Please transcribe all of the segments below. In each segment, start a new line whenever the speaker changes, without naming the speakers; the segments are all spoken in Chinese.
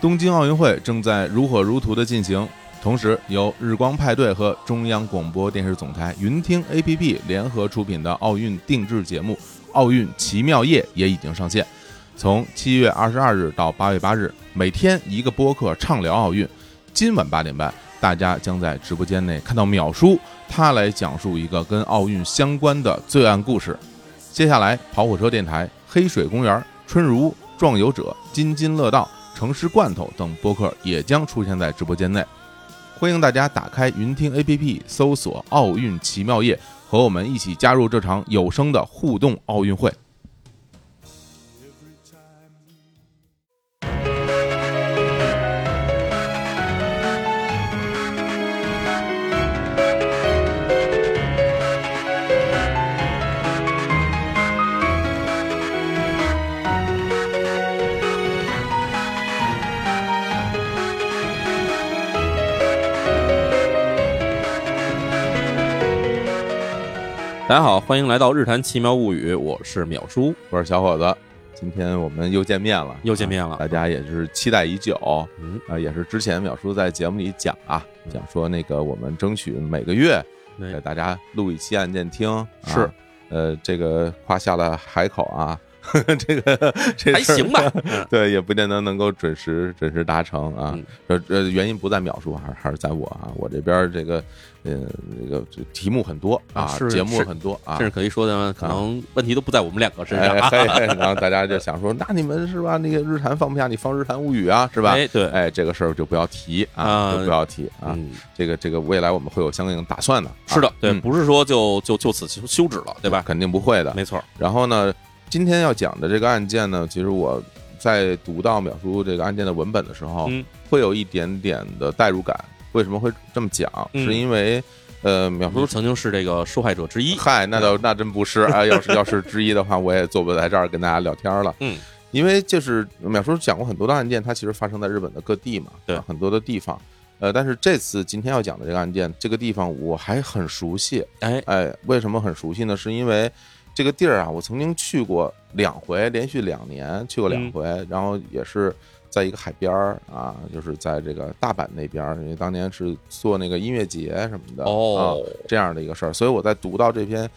东京奥运会正在如火如荼的进行，同时由日光派对和中央广播电视总台云听 APP 联合出品的奥运定制节目《奥运奇妙夜》也已经上线。从七月二十二日到八月八日，每天一个播客畅聊奥运。今晚八点半，大家将在直播间内看到淼叔，他来讲述一个跟奥运相关的罪案故事。接下来，跑火车电台、黑水公园、春如、壮游者、津津乐道、城市罐头等播客也将出现在直播间内。欢迎大家打开云听 APP，搜索“奥运奇妙夜”，和我们一起加入这场有声的互动奥运会。
大家好，欢迎来到《日谈奇妙物语》，我是淼叔，
我是小伙子，今天我们又见面了，
又见面了。
啊大家也是期待已久，
啊嗯，
啊，也是之前淼叔在节目里讲啊，讲说那个我们争取每个月
对
给大家录一期案件听，啊
是，
呃，这个夸下了海口啊， 这 个这
还
事儿
行吧，嗯
对，也不见得能够准时准时达成啊
嗯。
呃、呃，原因不在秒数，还是还是在我啊。我这边儿这个，呃，那个这题目很多啊，
啊是
节目
是
很多啊
甚。至可以说呢，可能问题都不在我们两个身上
哎
啊，
嘿嘿然后大家就想说，那你们是吧？那个日坛放不下，你放日坛物语啊，是吧？
哎，对，
哎，这个事儿就不要提啊，
啊
就不要提啊。
嗯，
这个这个，未来我们会有相应打算的。啊
是的，对，
嗯
不是说就就就此休休止了，对吧？
肯定不会的。
没错，
然后呢，今天要讲的这个案件呢，其实我在读到淼叔这个案件的文本的时候，
嗯
会有一点点的代入感。为什么会这么讲？
嗯
是因为呃，淼
不
叔
是。曾经是这个受害者之一，嗯
嗨，那倒那真不是啊！要是要 是之一的话，我也坐不在这儿跟大家聊天了。
嗯，
因为就是淼叔讲过很多的案件，它其实发生在日本的各地嘛，
对
啊很多的地方。呃，但是这次今天要讲的这个案件，这个地方我还很熟悉，
哎，
哎，为什么很熟悉呢？是因为这个地儿啊，我曾经去过两回，连续两年去过两
嗯
回，然后也是在一个海边儿啊，就是在这个大阪那边儿，因为当年是做那个音乐节什么的
哦
啊、这样的一个事儿，所以我在读到这篇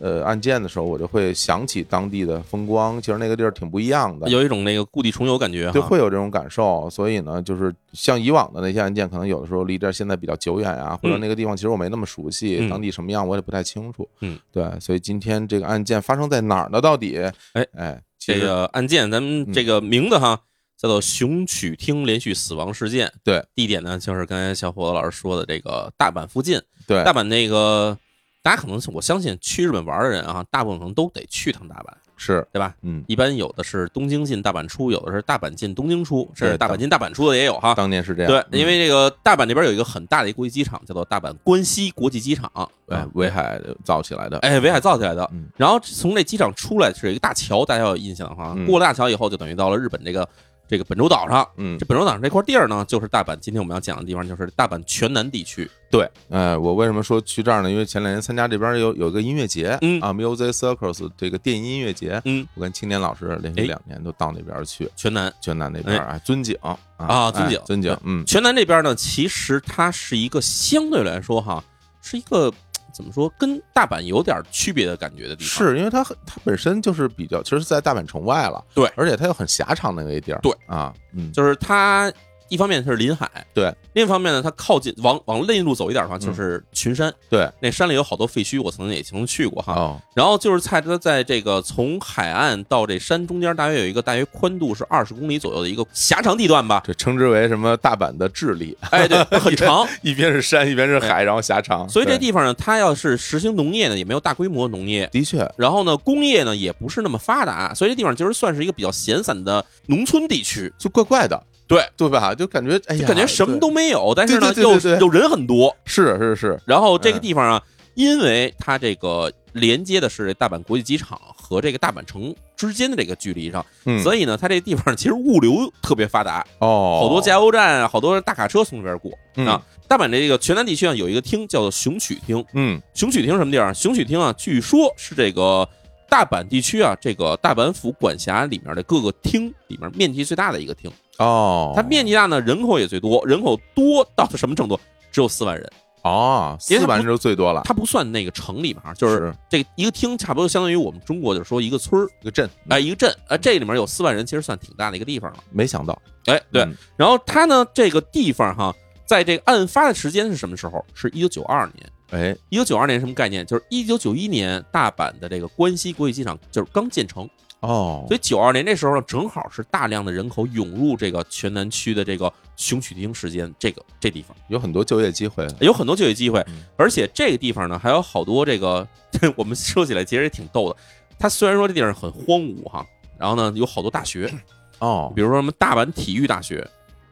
呃案件的时候，我就会想起当地的风光，其实那个地儿挺不一样的。
有一种那个故地重游感觉
就
哈，
啊会有这种感受，所以呢，就是像以往的那些案件，可能有的时候离这儿现在比较久远啊，或者
嗯
那个地方其实我没那么熟悉，
嗯
当地什么样我也不太清楚。
嗯，
对，所以今天这个案件发生在哪儿呢？到底？
哎
哎，其
这
实
个案件，咱
嗯
们这个名字哈。叫做熊曲町连续死亡事件，
对，
地点呢就是刚才小伙子老师说的这个大阪附近，
对
大阪那个，大家可能我相信去日本玩的人啊，大部分可能都得去趟大阪，
是
对吧？
嗯，
一般有的是东京进大阪出，有的是大阪进东京出，甚
对
至大阪进大阪出的也有哈。
当年是这样。
啊对，
嗯
因为这个大阪那边有一个很大的一个国际机场，叫做大阪关西国际机场，
哎
哎，
围海造起来的，
哎，围海造起来的
嗯。
然后从这机场出来是一个大桥，大家有印象哈
嗯。
过了大桥以后，就等于到了日本这个这个本州岛上。
嗯
这，本州岛上这块地儿呢，就是大阪今天我们要讲的地方，就是大阪全南地区。
对，哎，我为什么说去这儿呢？因为前两年参加这边有有一个音乐节，
嗯
啊，Music Circles 这个电音音乐节，
嗯，
我跟青年老师连续
哎
两年都到那边去，
全南，
全南那边
哎
啊，哎尊景
啊尊景
哎尊景，嗯，
全南这边呢，其实它是一个相对来说哈，是一个怎么说，跟大阪有点区别的感觉的地方。
是因为它很它本身就是比较，其实是在大阪城外了，
对
而且它又很狭长的那个地儿，
对
啊，嗯，
就是它一方面是临海，
对；嗯
另一方面呢，它靠近往往内陆走一点的话，就是群山，
对，
那山里有好多废墟，我曾经也曾经去过哈。
哦，
然后就是在它在这个从海岸到这山中间，大约有一个大约宽度是二十公里左右的一个狭长地 段吧。
这称之为什么大阪的智利，
哎，对，很长。
一边是山，一边是海，然后狭长，
所以这
对
地方呢，它要是实行农业呢，也没有大规模农业，
的确，
然后呢，工业呢也不是那么发达，所以这地方其实算是一个比较闲散的农村地区，
就怪怪的，
对
对吧？就感觉哎
就
呀，
感觉什么
对
都没有，但是呢
对对对
又
对对
又人很多。
是是是，
然后这个地方啊，因为它这个连接的是大阪国际机场和这个大阪城之间的这个距离上，
嗯，以
所以呢，它这地方其实物流特别发达，
哦，嗯
好多加油站啊，好多大卡车从这边过啊。大阪这个全南地区啊，有一个厅叫做熊曲厅，
嗯，嗯，
熊曲厅什么地儿啊？熊曲厅啊，据说是这个大阪地区啊，这个大阪府管辖里面的各个厅里面面积最大的一个厅。
哦，
它面积大呢，人口也最多，人口多到什么程度？只有四万人，
哦，
因为
四
它
万
不
人是最多了，
它不算那个城里面啊，就是这一个厅，差不多相当于我们中国就是说一个村儿，
一个镇，
哎，一个镇，哎，这里面有四万人，其实算挺大的一个地方了。
没想到，
哎，对，
嗯
然后它呢，这个地方哈，在这个案发的时间是什么时候？是一九九二年。
哎，
一九九二年什么概念？就是一九九一年大阪的这个关西国际机场就是刚建成，
哦，
所以九二年这时候呢，正好是大量的人口涌入这个全南区的这个熊取町时间这个这地方，
有很多就业机会了，
有很多就业机会
嗯，
而且这个地方呢还有好多这个 我们说起来其实也挺逗的。它虽然说这地方很荒芜哈，然后呢有好多大学，
哦，
比如说什么大阪体育大学，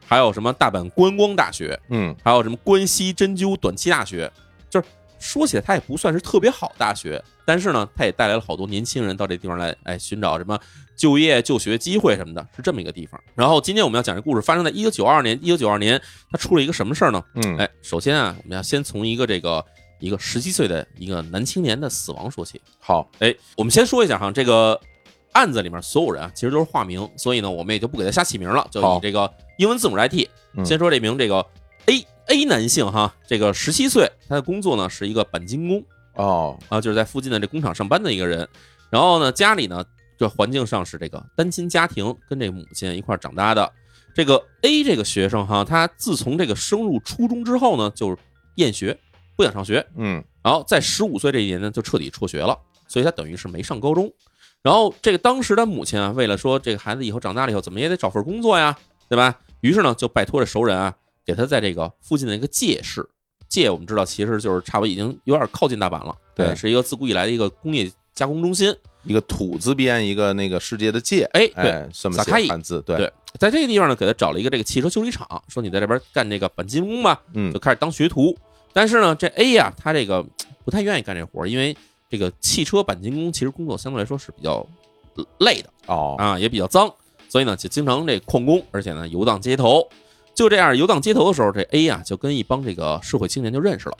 还有什么大阪观光大学，
嗯，
还有什么关西针灸短期大学，就是说起来它也不算是特别好的大学，但是呢，它也带来了好多年轻人到这地方来，哎，寻找什么就业、就学机会什么的，是这么一个地方。然后今天我们要讲这故事发生在一九九二年，一九九二年它出了一个什么事儿呢？
嗯，
哎，首先啊，我们要先从一个这个一个十七岁的一个男青年的死亡说起。
好，
哎，我们先说一下哈，这个案子里面所有人啊，其实都是化名，所以呢，我们也就不给他瞎起名了，就
好
以这个英文字母代替。
嗯
先说这名这个 A A 男性哈，这个十七岁，他的工作呢是一个钣金工
哦，
啊，就是在附近的这工厂上班的一个人。然后呢，家里呢这环境上是这个单亲家庭，跟这母亲一块儿长大的。这个 A 这个学生哈，他自从这个升入初中之后呢，就是厌学，不想上学，
嗯，
然后在十五岁这一年呢，就彻底辍学了，所以他等于是没上高中。然后这个当时的母亲啊，为了说这个孩子以后长大了以后怎么也得找份工作呀，对吧？于是呢，就拜托这熟人啊，给他在这个附近的一个界市，界我们知道其实就是差不多已经有点靠近大阪了，
对
哎是一个自古以来的一个工业加工中心。
一个土字边，一个那个世界的界，
哎，对，
哎，这么
撒开
写
一
汉字，对，
对在这个地方呢，给他找了一个这个汽车修理厂，说你在这边干这个钣金工吧，
嗯
就，开始当学徒。但是呢，这 A 呀、他这个不太愿意干这活儿，因为这个汽车钣金工其实工作相对来说是比较呃累的
哦，
啊，也比较脏，所以呢就经常这旷工，而且呢游荡街头。就这样游荡街头的时候，这 A 呀、就跟一帮这个社会青年就认识了。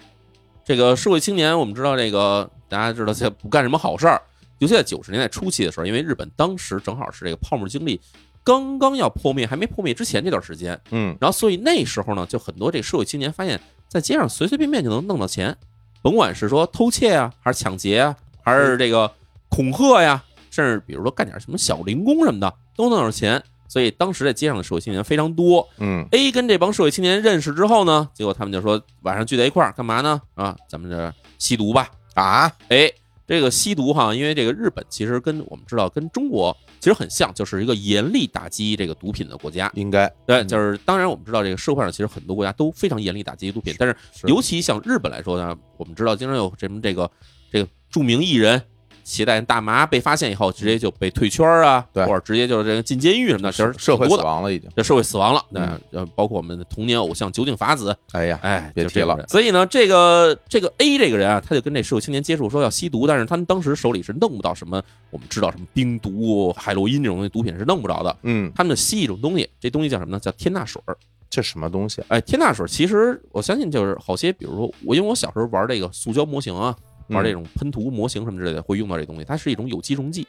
这个社会青年，我们知道这个大家知道这不干什么好事儿，尤其在九十年代初期的时候，因为日本当时正好是这个泡沫经济刚刚要破灭，还没破灭之前这段时间，
嗯，
然后所以那时候呢，就很多这社会青年发现，在街上随随便便就能弄到钱，甭管是说偷窃啊，还是抢劫啊，还是这个恐吓呀、甚至比如说干点什么小零工什么的，都能有钱。所以当时在街上的社会青年非常多。
嗯，
A 跟这帮社会青年认识之后呢，结果他们就说晚上聚在一块儿干嘛呢？啊，咱们这吸毒吧。
啊，
哎，这个吸毒哈，因为这个日本其实跟我们知道跟中国其实很像，就是一个严厉打击这个毒品的国家。
应该
对，
嗯
就是当然我们知道这个社会上其实很多国家都非常严厉打击毒品，但是
是
尤其像日本来说呢，我们知道经常有什么这个这个著名艺人携带大麻被发现以后，直接就被退圈儿啊，
嗯对
或者直接就是这个进监狱什么的，其实
社会死
挺多的。
亡了已经，
这社会死亡了，
嗯
那呃，包括我们的童年偶像酒井法子，
哎呀，
哎，
别
就
提
这种
了
人。所以呢，这个这个 A 这个人啊，他就跟这社会青年接触，说要吸毒，但是他们当时手里是弄不到什么，我们知道什么冰毒、海洛因这种东西毒品是弄不着的，
嗯，
他们就吸一种东西，这东西叫什么呢？叫天钠水儿。
这什么东西？啊
哎，天大水儿其实我相信就是好些，比如说我，因为我小时候玩这个塑胶模型啊，玩这
种
种喷涂模型什么之类的，会用到这东西。它是一种有机溶剂，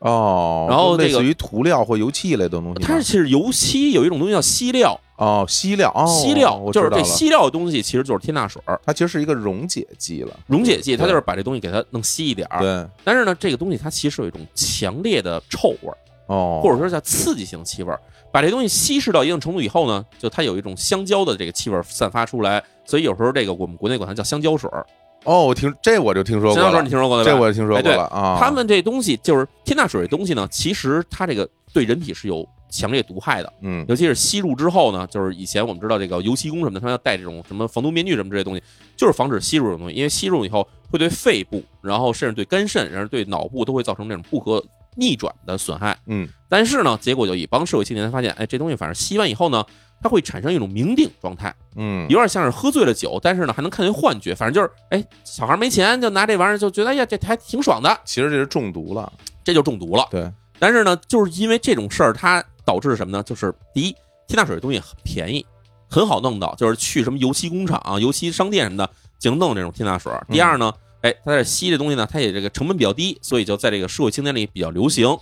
哦，
然后
就类
这个
似于涂料或油漆类的东西吗，
它是其实油漆有一种东西叫稀料，
哦，稀料，哦，
稀料
我
就是
知道
这
了
稀料的东西其实就是天大水儿
它其实是一个溶解剂了，
溶解剂，它
对
就是把这东西给它弄稀一点儿。
对，
但是呢，这个东西它其实有一种强烈的臭味儿，
哦，
或者说叫刺激性气味儿。把这东西稀释到一定程度以后呢，就它有一种香蕉的这个气味儿散发出来，所以有时候这个我们国内管它叫香蕉水儿。
哦，我听这我就听说
香
过
蕉水
了
儿你，听说过对吧？
这我也听说
哎
过
对
了啊，
他们这东西就是天大水这东西呢，其实它这个对人体是有强烈毒害的，
嗯
尤其是吸入之后呢，就是以前我们知道这个油漆工什么的，他们要戴这种什么防毒面具什么之类的东西，就是防止吸入这种东西，因为吸入以后会对肺部，然后甚至对肝肾，然后对脑部都会造成这种不可逆转的损害。
嗯，
但是呢，结果就一帮社会青年发现，哎，这东西反正吸完以后呢，它会产生一种酩酊状态。
嗯，
有点像是喝醉了酒，但是呢还能看见幻觉，反正就是，哎，小孩没钱就拿这玩意儿就觉得，哎呀，这还挺爽的，
其实这是中毒了，
这就中毒了。
对，
但是呢，就是因为这种事儿，它导致什么呢？就是第一，天大水的东西很便宜，很好弄到，就是去什么油漆工厂、油漆商店什么的，就能弄这种天大水儿。
嗯
第二呢，哎，它在这吸这东西呢，它也这个成本比较低，所以就在这个社会青年里比较流行。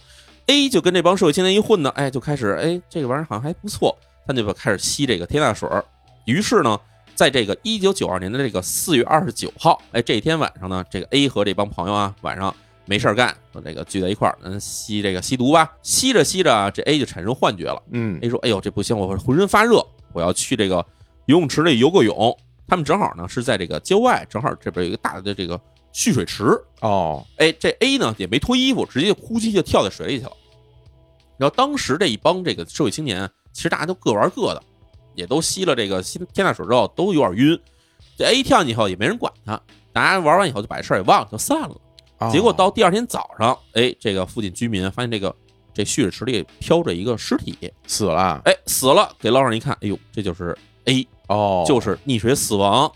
A 就跟这帮社会青年一混呢，哎，就开始哎，这个玩意儿好像还不错，他就开始吸这个天大水儿。于是呢，在这个一九九二年的这个四月二十九号，哎，这一天晚上呢，这个 A 和这帮朋友啊，晚上没事儿干，说这个聚在一块儿，咱吸这个吸毒吧。吸着吸着啊，这 A 就产生幻觉了。
嗯
A 说：“哎呦，这不行，我浑身发热，我要去这个游泳池里游个泳。”他们正好呢是在这个郊外，正好这边有一个大的这个蓄水池。
哦，
哎，这 A 呢也没脱衣服，直接呼叽就跳在水里去了。然后当时这一帮这个社会青年，其实大家都各玩各的，也都吸了这个吸天大水之后都有点晕。这 A 跳进去以后也没人管他，大家玩完以后就把事儿也忘了，就散了。
哦
哎结果到第二天早上，哎，这个附近居民发现这个这蓄水池里飘着一个尸体，
死了
哎，死了，给捞上一看，哎呦，这就是 A，
哦，
就是溺水死亡。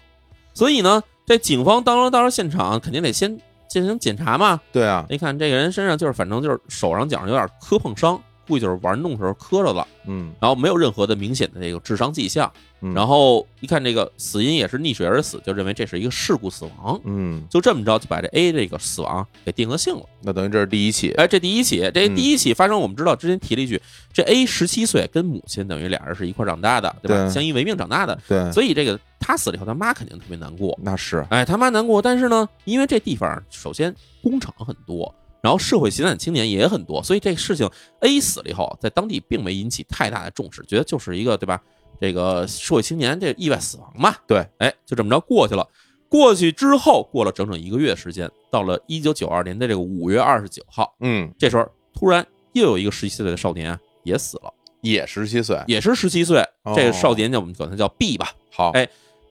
所以呢，这警方当时到了现场，肯定得先进行检查嘛。
对啊，
一看这个人身上就是，反正就是手上脚上有点磕碰伤，估计就是玩弄时候磕着了，
嗯，
然后没有任何的明显的这个致伤迹象。
嗯
然后一看这个死因也是溺水而死，就认为这是一个事故死亡。
嗯，
就这么着，就把这 A 这个死亡给定了性了。
那等于这是第一起，
哎，这第一起，这
嗯
第一起发生，我们知道之前提了一句，这 A 十七岁跟母亲等于俩人是一块儿长大的，对吧？
对嗯
相依为命长大的，
对，
所以这个他死了以后，他妈肯定特别难过。
那是
哎，他妈难过，但是呢，因为这地方首先工厂很多，然后社会闲散青年也很多，所以这事情 A 死了以后，在当地并没引起太大的重视，觉得就是一个对吧？这个社会青年这意外死亡嘛，
对，
哎，就这么着过去了。过去之后，过了整整一个月时间，到了一九九二年的这个五月二十九号，
嗯，
这时候突然又有一个十七岁的少年啊也死了，
也十七岁，
也是十七岁
哦，
这个少年叫我们管他叫 B 吧。
好，
哎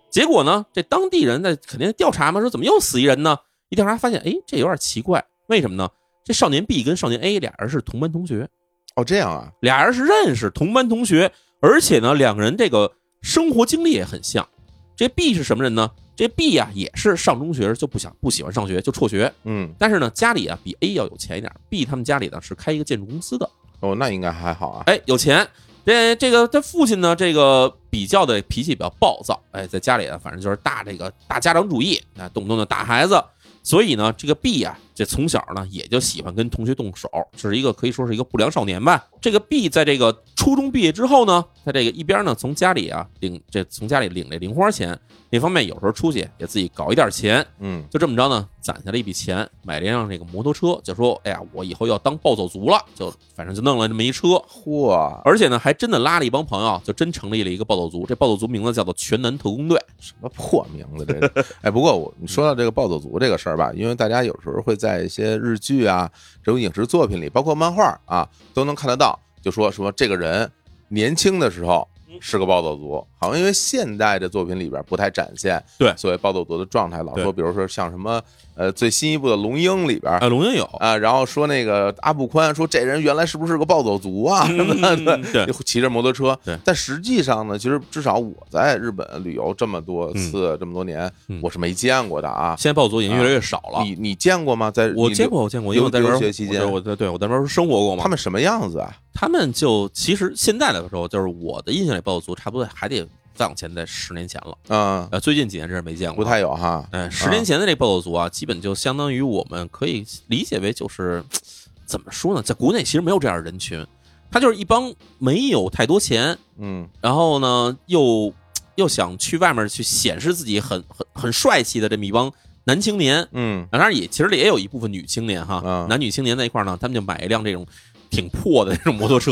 结果呢，这当地人在肯定调查嘛，说怎么又死一人呢？一调查发现，哎，这有点奇怪，为什么呢？这少年 B 跟少年 A 俩人是同班同学，
哦，这样啊，
俩人是认识，同班同学，而且呢，两个人这个生活经历也很像。这 B 是什么人呢？这 B 呀、也是上中学就不想不喜欢上学就辍学，
嗯，
但是呢，家里啊比 A 要有钱一点，B 他们家里呢是开一个建筑公司的，
哦，那应该还好啊，
哎，有钱。这这个他父亲呢，这个比较的脾气比较暴躁，哎，在家里呢，反正就是大这个大家长主义，啊，动不动就打孩子。所以呢，这个 B 啊，这从小呢也就喜欢跟同学动手，是一个可以说是一个不良少年吧。这个 B 在这个初中毕业之后呢，他这个一边呢从家里啊领这从家里领这零花钱，另一方面有时候出去也自己搞一点钱，
嗯，
就这么着呢，攒下了一笔钱，买了一辆这个摩托车，就说，哎呀，我以后要当暴走族了，就反正就弄了这么一车。
嚯，
而且呢，还真的拉了一帮朋友，就真成立了一个暴走族。这暴走族名字叫做全南特工队。
什么破名字这个？ 哎，不过我你说到这个暴走族这个事儿吧，因为大家有时候会在一些日剧啊、这种影视作品里，包括漫画啊，都能看得到，就说说这个人年轻的时候是个暴走族，好像因为现代的作品里边不太展现
对
所谓暴走族的状态，老说
对
比如说像什么呃最新一部的《龙樱》里边
啊，龙英有，
啊，然后说那个阿布宽说这人原来是不是个暴走族啊？什么的， 对
嗯对
就骑着摩托车。
对
但实际上呢，其实至少我在日本旅游这么多次、这么多年，
嗯
我是没见过的啊。
现在暴走族已经越来越少了。
你你见过吗？在
我
啊你
见
留，
过，我见过，
留
因为我在这边
留学期间
我在对我在这边生活过嘛。
他们什么样子啊？
他们就其实现在来说，就是我的印象里，暴走族差不多还得再往前在十年前了。
嗯，
呃，最近几年真是没见过，
不太。嗯有哈。
哎，十年前的这暴走族啊，基本就相当于我们可以理解为就是怎么说呢，在国内其实没有这样的人群，他就是一帮没有太多钱，
嗯
然后呢，又又想去外面去显示自己很很很帅气的这么一帮男青年，
嗯，
当然也其实也有一部分女青年哈，
嗯
男女青年在一块儿呢，他们就买一辆这种挺破的这种摩托 车，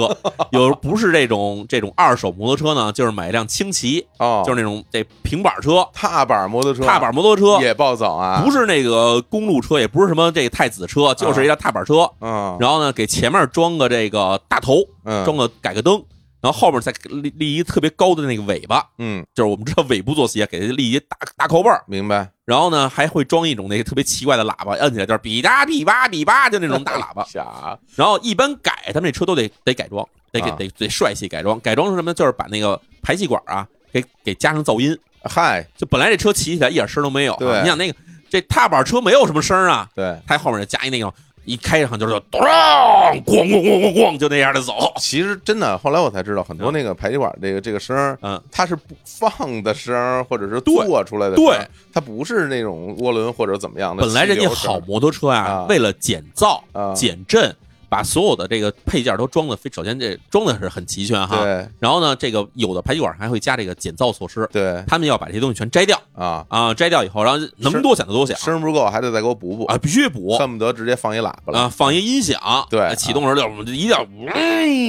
有时候不是这种这种二手摩托车呢，就是买一辆轻骑，
哦，
就是那种这平板车、
踏板摩托车，
踏板摩托车，
也暴走啊？
不
是，
是那个公路车，也不是什么这个太子车，就是一辆踏板车。
嗯，
然后呢，给前面装个这个大头，
嗯
装个改个灯，然后后面再立立一特别高的那个尾巴，
嗯，
就是我们知道尾部做鞋，给它立一大大扣把儿，
明白。。
然后呢还会装一种那个特别奇怪的喇叭，摁起来就是比哒比吧比吧，就那种大喇叭
傻，
然后一般改他们这车都得得改装，得给
啊
得得帅气改装，改装成什么呢？就是把那个排气管啊给给加上噪音，
嗨，
就本来这车骑起来一点声都没有啊、
对
你想那个这踏板车没有什么声啊，
对，
它后面加一那种一开上就是咚咣咣咣咣咣就那样的走，
其实真的，后来我才知道，很多那个排气管这个这个声儿，
嗯，
它是不放的声儿，或者是
对
做出来的声
对
儿，它不是那种涡轮或者怎么样的气流声
本来
儿。
人家好摩托车
啊
啊，为了减噪
啊、
减震，把所有的这个配件都装的非，首先这装的是很齐全哈。
对
然后呢，这个有的排气管还会加这个减噪措施，
对
他们要把这些东西全摘掉
啊，
啊，摘掉以后，然后能多响的多响
声儿不够还得再给我补补
啊，，必须补
恨不得直接放一喇叭了。
啊，放一音响，
对
哎启动的时候就我们就一定要，
哎
嗯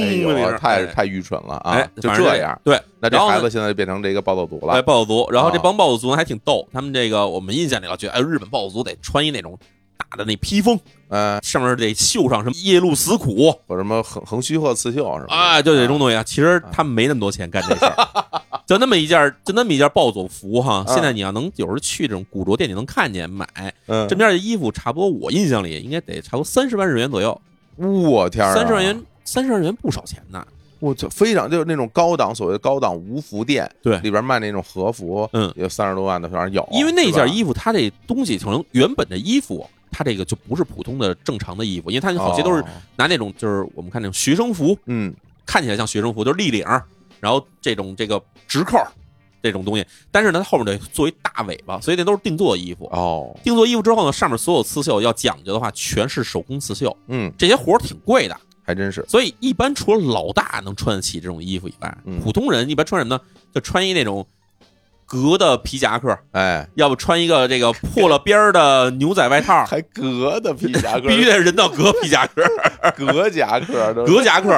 那
呦，
声
太
哎
太愚蠢了啊
哎，！
就
反正
这样，，
对，
那这
然后呢
孩子现在就变成这个暴躁族
哎，
了。
暴走族，然后这
啊
帮暴走族还挺逗，他们这个我们印象里老觉得，哎，日本暴走族得穿一那种大的那披风，
嗯，
上面得绣上什么夜路死苦
有什么横横须贺刺绣什么的
啊，就这种东西啊。其实他们没那么多钱干这事儿， 就那么一件儿，就那么一件暴走服哈。
嗯
现在你要能有时候去这种古着店，你能看见买
嗯
这，么件儿的衣服，差不多我印象里应该得差不多三十万日元左右，
我天儿啊，
三十万元，三十万元不少钱呢。
我就非常就是那种高档所谓的高档无服店，
对
里边卖那种和服，
嗯
有三十多万的，反正有。
因为那件
服
衣服，它这东西可能原本的衣服，它这个就不是普通的正常的衣服，因为它好些
哦
都是拿那种就是我们看那种学生服，
嗯
看起来像学生服，就是立领儿，然后这种这个直扣儿这种东西，但是呢，它后面得做一大尾巴，所以那都是定做衣服。啊
哦
定做衣服之后呢，上面所有刺绣要讲究的话，全是手工刺绣，
嗯，
这些活儿挺贵的，
还真是
所以一般除了老大能穿得起这种衣服以外
嗯，
普通人一般穿什么呢？就穿一那种革的皮夹克，
哎，，
要不穿一个这个破了边儿的牛仔外套
还革的皮夹克，
必须得是人造革皮夹 克、
革夹克都是
革夹克，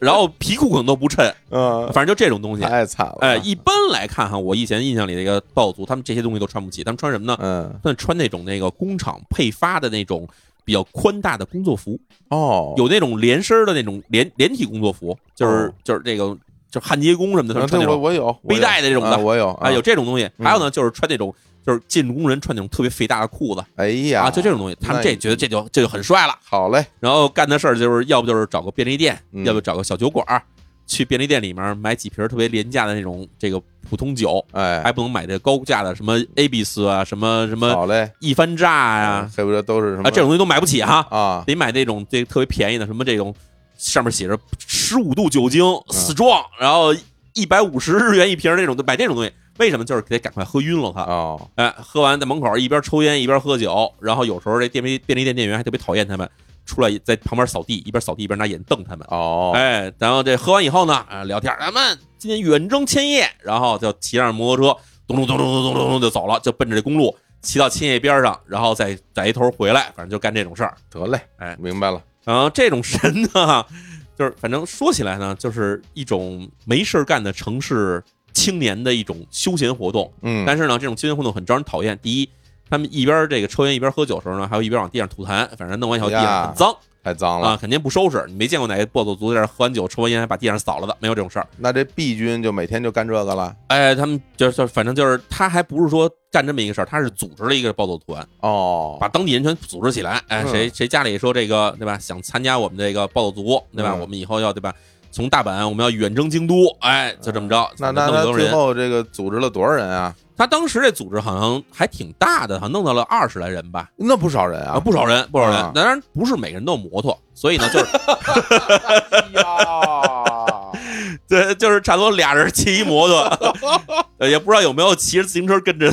然后皮裤可能都不衬，
嗯，
反正就这种东西。
太惨了。嗯
哎，一般来看哈，我以前印象里这个暴族，他们这些东西都穿不起，他们穿什么呢？
嗯
他们穿那种那个工厂配发的那种比较宽大的工作服，
哦，
有那种连身儿的那种连连体工作服，就是
哦
就是这个就是焊接工什么的，
啊
他们穿
对
那
我
种
我有
背带的这
这
种的，
我有
啊有，这种东西。
嗯
还有呢，就是穿那种就是建筑工人穿那种特别肥大的裤子。
哎呀，
啊，就这种东西，他们这
那
觉得这就这就很帅了。
好嘞，
然后干的事儿就是，要不就是找个便利店，
嗯
要不找个小酒馆儿，去便利店里面买几瓶特别廉价的那种这个普通酒，
哎
还，不能买这高价的什么 a b i s 啊，什么什么
好嘞，嗯
一番炸呀、啊，
恨不得都是哦什么
这种东西都买不起哈，
啊，
得买那种这特别便宜的，什么这种上面写着十五度酒精
嗯
strong，然后一百五十日元一瓶儿那种，买这种东西，为什么？就是得赶快喝晕了它。
哦，
哎，喝完在门口一边抽烟一边喝酒，然后有时候这店便便利店店员还特别讨厌他们，出来在旁边扫地，一边扫地一边拿眼瞪他们。
哦，
哎，然后这喝完以后呢，啊，聊天，咱们今天远征千叶，然后就骑上摩托车，咚咚咚咚咚咚咚就走了，就奔着这公路骑到千叶边上，然后再再一头回来，反正就干这种事儿。
得嘞，
哎
明白了，
然后这种神呢， 就是反正说起来呢，就是一种没事儿干的城市青年的一种休闲活动。
嗯，
但是呢，这种亲缘互动很招人讨厌。第一，他们一边这个抽烟一边喝酒的时候呢，还有一边往地上吐痰，反正弄完以后地
哎
上很脏
太脏
啊，
了。
肯定不收拾。你没见过哪个暴走族在这儿喝完酒抽完烟还把地上扫了的，没有这种事儿。
那这 B 君就每天就干这个了，
哎，他们就是就是反正就是他还不是说干这么一个事儿，他是组织了一个暴走团，
哦，
把当地人全组织起来。哎，
嗯
谁谁家里说这个对吧，想参加我们这个暴走族对吧？
嗯
我们以后要对吧，从大阪我们要远征京都，哎，就这么着，
嗯那
反
那
正
那
弄么多
最
人。
后这个组织了多少人啊？
他当时这组织好像还挺大的，好像弄到了二十来人吧。
那不少人
啊，
啊，
不少人，不少人
啊。
当然不是每个人都有摩托，所以呢，就是
呀，
对，就是差不多俩人骑一摩 托，呃也不知道有没有骑着自行车跟着，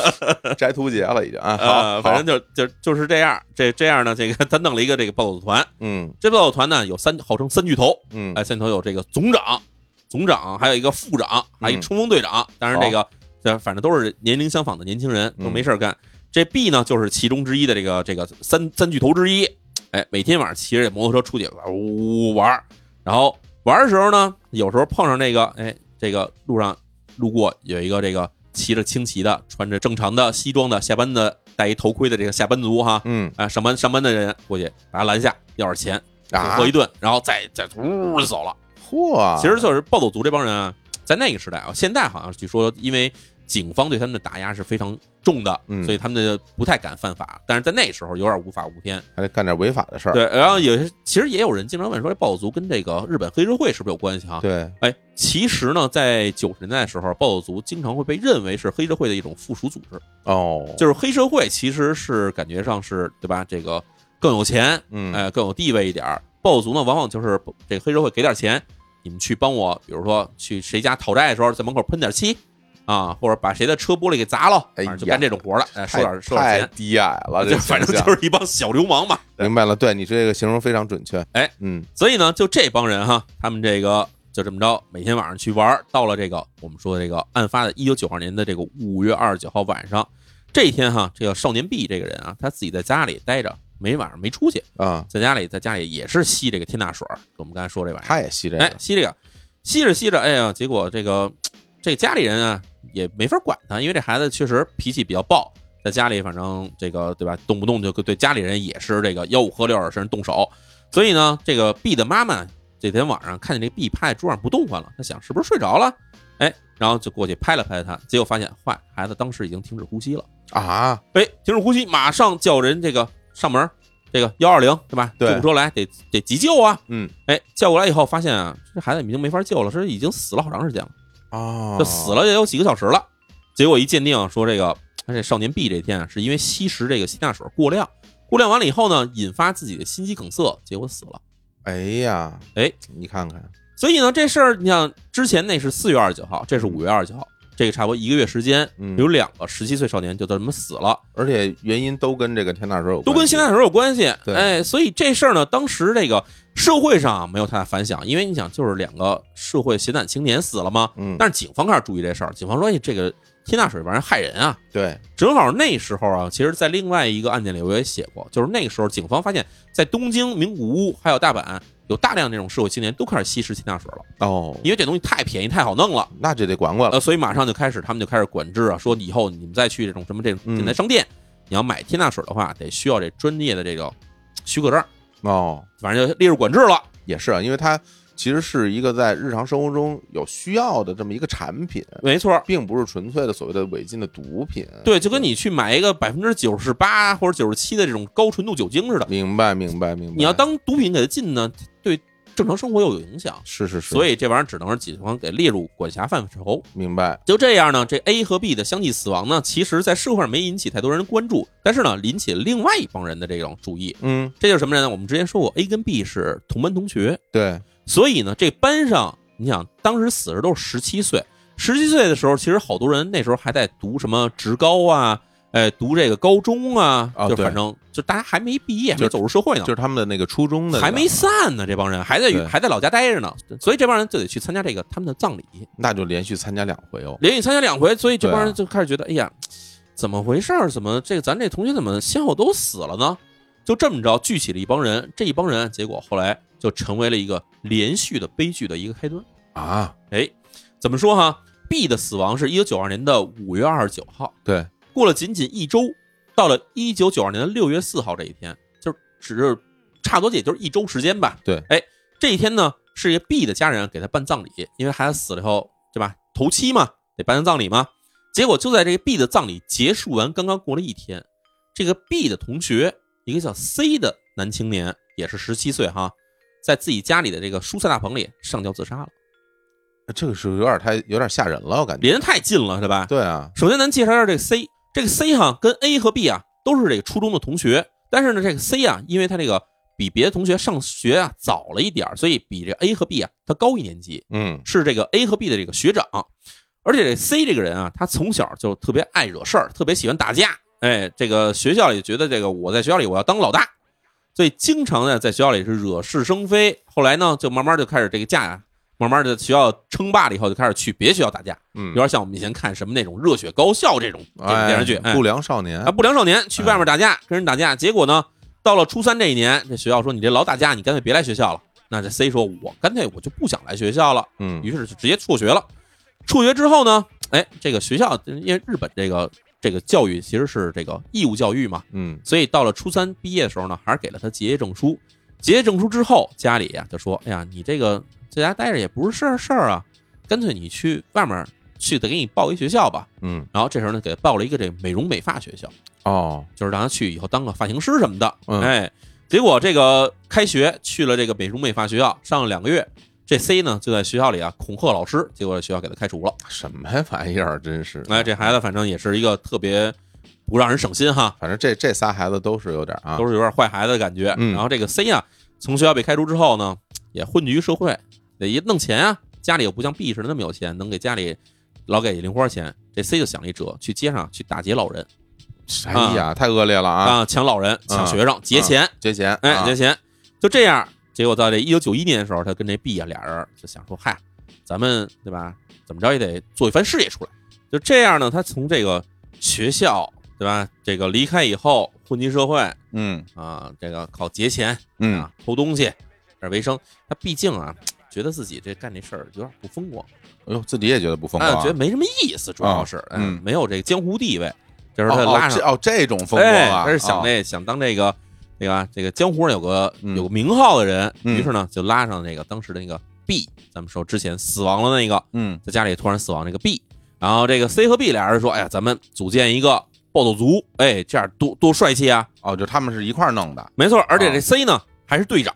摘图节了已经啊，
呃，
好，
反正
好
就就就是这样。这这样呢，这个他弄了一个这个暴走团，
嗯
这暴走团呢有三，号称三巨头，
嗯
哎，三巨头有这个总长、总长，还有一个副长，还有一
嗯
冲锋队长。当然这个这反正都是年龄相仿的年轻人，都没事儿干。这 B 呢，就是其中之一的这个这个三三巨头之一，哎，每天晚上骑着这摩托车出去玩呜玩儿，然后玩儿的时候呢，有时候碰上这个，哎，这个路上路过有一个这个骑着轻骑的，穿着正常的西装的，下班的戴一头盔的这个下班族哈，
嗯
啊，上班上班的人过去把他拦下，要点钱，
啊
喝，一顿，然后再再呜就走了。
嚯，
其实就是暴走族这帮人啊，在那个时代啊，现在好像据说因为警方对他们的打压是非常重的，
嗯
所以他们就不太敢犯法。但是在那时候有点无法无天。
还得干点违法的事儿，
对，然后有些其实也有人经常问说，哎暴走族跟这个日本黑社会是不是有关系啊？
对，
哎，其实呢，在九十年代的时候，暴走族经常会被认为是黑社会的一种附属组织，
哦，
就是黑社会其实是感觉上是对吧？这个更有钱，
嗯
哎，更有地位一点儿。暴走族呢，往往就是这个黑社会给点钱，你们去帮我，比如说去谁家讨债的时候，在门口喷点漆，啊，或者把谁的车玻璃给砸了，
哎
反正就
呀
干这种活儿了，哎，收点收点
太
钱，
低矮了，这
就反正
形象
就是一帮小流氓嘛。
明白了，对你这个形容非常准确。
哎，
嗯，
所以呢，就这帮人哈，他们这个就这么着，每天晚上去玩儿。到了这个我们说的这个案发的一九九二年的这个五月二十九号晚上，这一天哈，这个少年 B 这个人啊，他自己在家里待着，没晚上没出去，
啊，
在家里在家里也是吸这个天大水儿，我们刚才说这玩意儿，
他也吸这
哎
个，，
吸这个，吸着吸着，哎呀，结果这个这家里人啊也没法管他，因为这孩子确实脾气比较暴。在家里，反正这个对吧，动不动就对家里人也是这个吆五喝六的，甚至动手。所以呢，这个 B 的妈妈这天晚上看见这 B 趴在桌上不动弹了，她想是不是睡着了？哎，然后就过去拍了拍他，结果发现坏，孩子当时已经停止呼吸了。
啊，
哎，停止呼吸，马上叫人这个上门，这个幺二零对吧？
对
救护车来，得得急救啊！
嗯，
哎，叫过来以后发现啊，这孩子已经没法救了，这已经死了好长时间了，
哦，
这死了也有几个小时了。结果一鉴定说这个，哎这少年 B 这天啊，是因为吸食这个吸钠水过量，过量完了以后呢，引发自己的心肌梗塞，结果死了。
哎呀，
哎，
你看看，
所以呢，这事儿你想，之前那是四月二十九号，这是五月二十九号，这个差不多一个月时间，
嗯
有两个十七岁少年就这么死了，
而且原因都跟这个天大水有关系，
都跟吸钠水有关系。
对
哎，所以这事儿呢，当时这个社会上没有太大反响，因为你想，就是两个社会闲散青年死了嘛。
嗯，
但是警方开始注意这事儿，警方说：“哎，这个天大水玩意儿害人啊！”
对，
正好那时候啊，其实，在另外一个案件里我也写过，就是那个时候警方发现，在东京、名古屋还有大阪，有大量这种社会青年都开始吸食天大水了，
哦，
因为这东西太便宜、太好弄了。
那就得管管了，
呃，所以马上就开始，他们就开始管制啊，说以后你们再去这种什么这种
嗯
进来商店，你要买天大水的话，得需要这专业的这个许可证，
哦，
反正就列入管制了。
也是啊，因为它其实是一个在日常生活中有需要的这么一个产品，
没错儿，
并不是纯粹的所谓的违禁的毒品，
对，就跟你去买一个百分之九十八或者九十七的这种高纯度酒精似的，
明白，明白，明白，
你要当毒品给它进呢，对正常生活又有影响，
是是是，
所
以
以这玩意儿只能是警方给列入管辖范畴。
明白，
就这样呢，这 A 和 B 的相继死亡呢，其实在社会上没引起太多人的关注，但是呢，引起了另外一帮人的这种注意。
嗯，
这就是什么人呢？我们之前说过，A 跟 B 是同班同学，
对，
所以呢，这班上，你想当时死的都是十七岁，十七岁的时候，其实好多人那时候还在读什么职高啊，哎，读这个高中啊，
啊
就
对
反正就大家还没毕业，还
就
没走入社会呢
就。是他们的那个初中的
还没
死，
散呢，这帮人还在
对
还在老家待着呢，所以这帮人就得去参加这个他们的葬礼，
那就连续参加两回哦，
连续参加两回，所以这帮人
对啊
就开始觉得，哎呀，怎么回事儿？怎么这咱这同学怎么先后都死了呢？就这么着聚起了一帮人，这一帮人结果后来就成为了一个连续的悲剧的一个开端。
啊，
哎，怎么说哈？B 的死亡是一九九二年的五月二十九号，
对，
过了仅仅一周，到了一九九二年的六月四号这一天，就是只是差不多也就是一周时间吧。
对，
哎，这一天呢，是一个 B 的家人给他办葬礼，因为孩子死了以后，对吧？头七嘛，得办葬礼嘛。结果就在这个 B 的葬礼结束完，刚刚过了一天，这个 B 的同学，一个叫 C 的男青年，也是十七岁哈，在自己家里的这个蔬菜大棚里上吊自杀了，
这个是有点太有点吓人了，我感觉，
离得太近了，对吧？
对啊，
首先，咱介绍一下这个 C，这个 C 哈跟 A 和 B 啊都是这个初中的同学，但是呢，这个 C 啊，因为他这个比别的同学上学啊早了一点儿，所以比这个 A 和 B 啊他高一年级，
嗯，
是这个 A 和 B 的这个学长。而且这 C 这个人啊，他从小就特别爱惹事儿，特别喜欢打架。哎，这个学校里觉得这个我在学校里我要当老大，所以经常呢在学校里是惹是生非。后来呢，就慢慢就开始这个架呀，慢慢的学校称霸了以后，就开始去别的学校打架。
嗯
有点像我们以前看什么那种热血高校这种这种
哎
电视剧，哎
不良少年
啊，不良少年去外面打架，跟人打架，结果呢，到了初三这一年，这学校说你这老打架，你干脆别来学校了。那这 C 说，我干脆我就不想来学校了，
嗯
于是就直接辍学了。辍学之后呢，哎，这个学校因为日本这个这个教育其实是这个义务教育嘛，
嗯，
所以到了初三毕业的时候呢，还是给了他结业证书。结业证书之后，家里呀、就说：“哎呀，你这个在家待着也不是事儿事儿啊，干脆你去外面去，得给你报一学校吧。”
嗯，
然后这时候呢，给他报了一个这美容美发学校，
哦，
就是让他去以后当个发型师什么的。
嗯
哎，结果这个开学去了这个美容美发学校，上了两个月。这 C 呢就在学校里啊恐吓老师，结果学校给他开除了。
什么呀玩意儿，真是，
哎，这孩子反正也是一个特别不让人省心哈，
反正这这仨孩子都是有点啊，
都是有点坏孩子的感觉。
嗯
然后这个 C 啊，从学校被开除之后呢，也混迹于社会，得一弄钱啊，家里又不像 B 似的那么有钱，能给家里老给零花钱，这 C 就想了一辙，去街上去打劫老人
哎呀，太恶劣了啊！
啊，抢老人、抢学生、劫钱，
节前，
哎，
啊
劫钱，就这样。结果到这一九九一年的时候，他跟这 B 啊俩人就想说，嗨，咱们对吧，怎么着也得做一番事业出来。就这样呢，他从这个学校对吧，这个离开以后，混进社会
嗯
啊，这个靠劫钱
嗯
啊、偷东西这为生。他毕竟啊，觉得自己这干这事儿有点不风光。
哎呦，自己也觉得不风
哎，
光啊，
觉得没什么意思，主要是
嗯
嗯，没有这个江湖地位，这时候他就
哦
拉
哦
上
这，哦这种风光
哎，
啊，
他是想
哦
那想当这个这个啊这个江湖上有个
嗯
有个名号的人，
嗯
于是呢就拉上那个当时的那个 B，咱们说之前死亡了那个，
嗯
在家里突然死亡那个 B，然后这个 C 和 B 俩人说，哎呀，咱们组建一个暴走族，哎，这样多多帅气啊！
哦，就他们是一块儿弄的
没错，而且
啊
这 C 呢还是队长，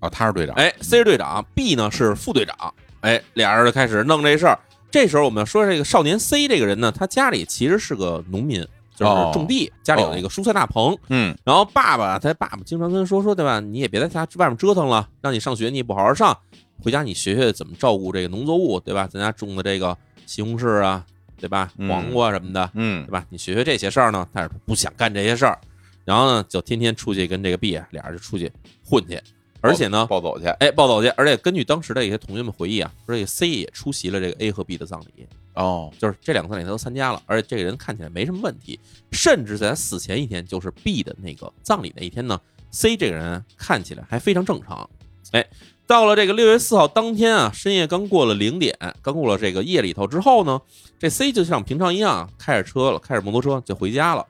哦，他是队长，
哎，C 是队长，B 呢是副队长，哎，俩人就开始弄这事儿。这时候我们要说这个少年 C 这个人呢，他家里其实是个农民，就是种地，家里有那个蔬菜大棚。
嗯
然后爸爸，他爸爸经常跟他说说，对吧？你也别在家外面折腾了，让你上学你也不好好上，回家你学学怎么照顾这个农作物，对吧？咱家种的这个西红柿啊，对吧？
嗯
黄瓜什么的，
嗯
对吧？你学学这些事儿呢，但是不想干这些事儿，然后呢，就天天出去跟这个 B 啊俩人就出去混去，而且呢，
暴走去
哎，暴走去。而且根据当时的一些同学们回忆啊，说这个 C 也出席了这个 A 和 B 的葬礼，
哦，
就是这两个葬礼他都参加了，而且这个人看起来没什么问题，甚至在他死前一天，就是 B 的那个葬礼那一天呢，C 这个人看起来还非常正常。哎，到了这个六月四号当天啊，深夜刚过了零点，刚过了这个夜里头之后呢，这 C 就像平常一样开着车了，开着摩托车就回家了。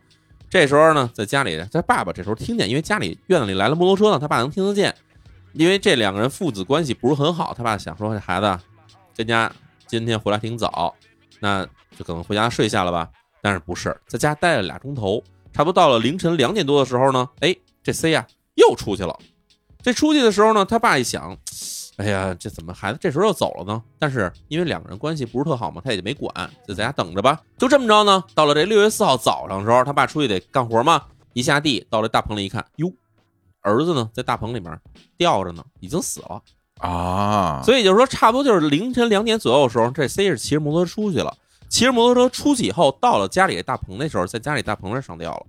这时候呢，在家里，他爸爸这时候听见，因为家里院子里来了摩托车呢，他爸能听得见。因为这两个人父子关系不是很好，他爸想说这孩子啊跟家今天回来挺早，那就可能回家睡下了吧。但是不是，在家待了俩钟头，差不多到了凌晨两点多的时候呢，哎，这 C 呀、又出去了。这出去的时候呢，他爸一想，哎呀，这怎么孩子这时候又走了呢？但是因为两个人关系不是特好嘛，他也就没管，就在家等着吧。就这么着呢，到了这六月四号早上的时候，他爸出去得干活嘛，一下地到这大棚里一看，哟，儿子呢在大棚里面吊着呢，已经死了。
啊，
所以就是说，差不多就是凌晨两点左右的时候，这 C 是骑着摩托车出去了。骑着摩托车出去以后，到了家里大棚那时候，在家里大棚那儿上吊了。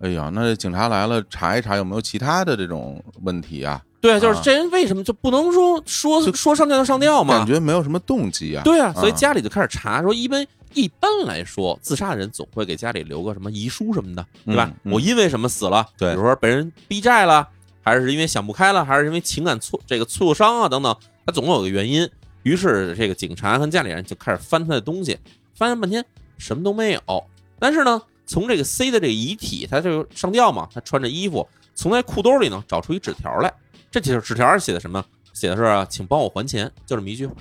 哎呀，那这警察来了查一查有没有其他的这种问题啊？
对，就是
啊
这人为什么就不能说说说上吊就上吊
感
嘛？
觉没有什么动机啊。
对啊，所以
啊
家里就开始查，说一般一般来说，自杀的人总会给家里留个什么遗书什么的，对吧？
嗯嗯
我因为什么死了？
对
比如说被人逼债了，还是因为想不开了，还是因为情感挫这个挫伤啊等等，他总有个原因。于是这个警察和家里人就开始翻他的东西，翻了半天什么都没有。但是呢，从这个 C 的这个遗体，他就上吊嘛，他穿着衣服，从他裤兜里呢找出一纸条来。这纸纸条上写的什么？写的是、啊、请帮我还钱，就这么一句话。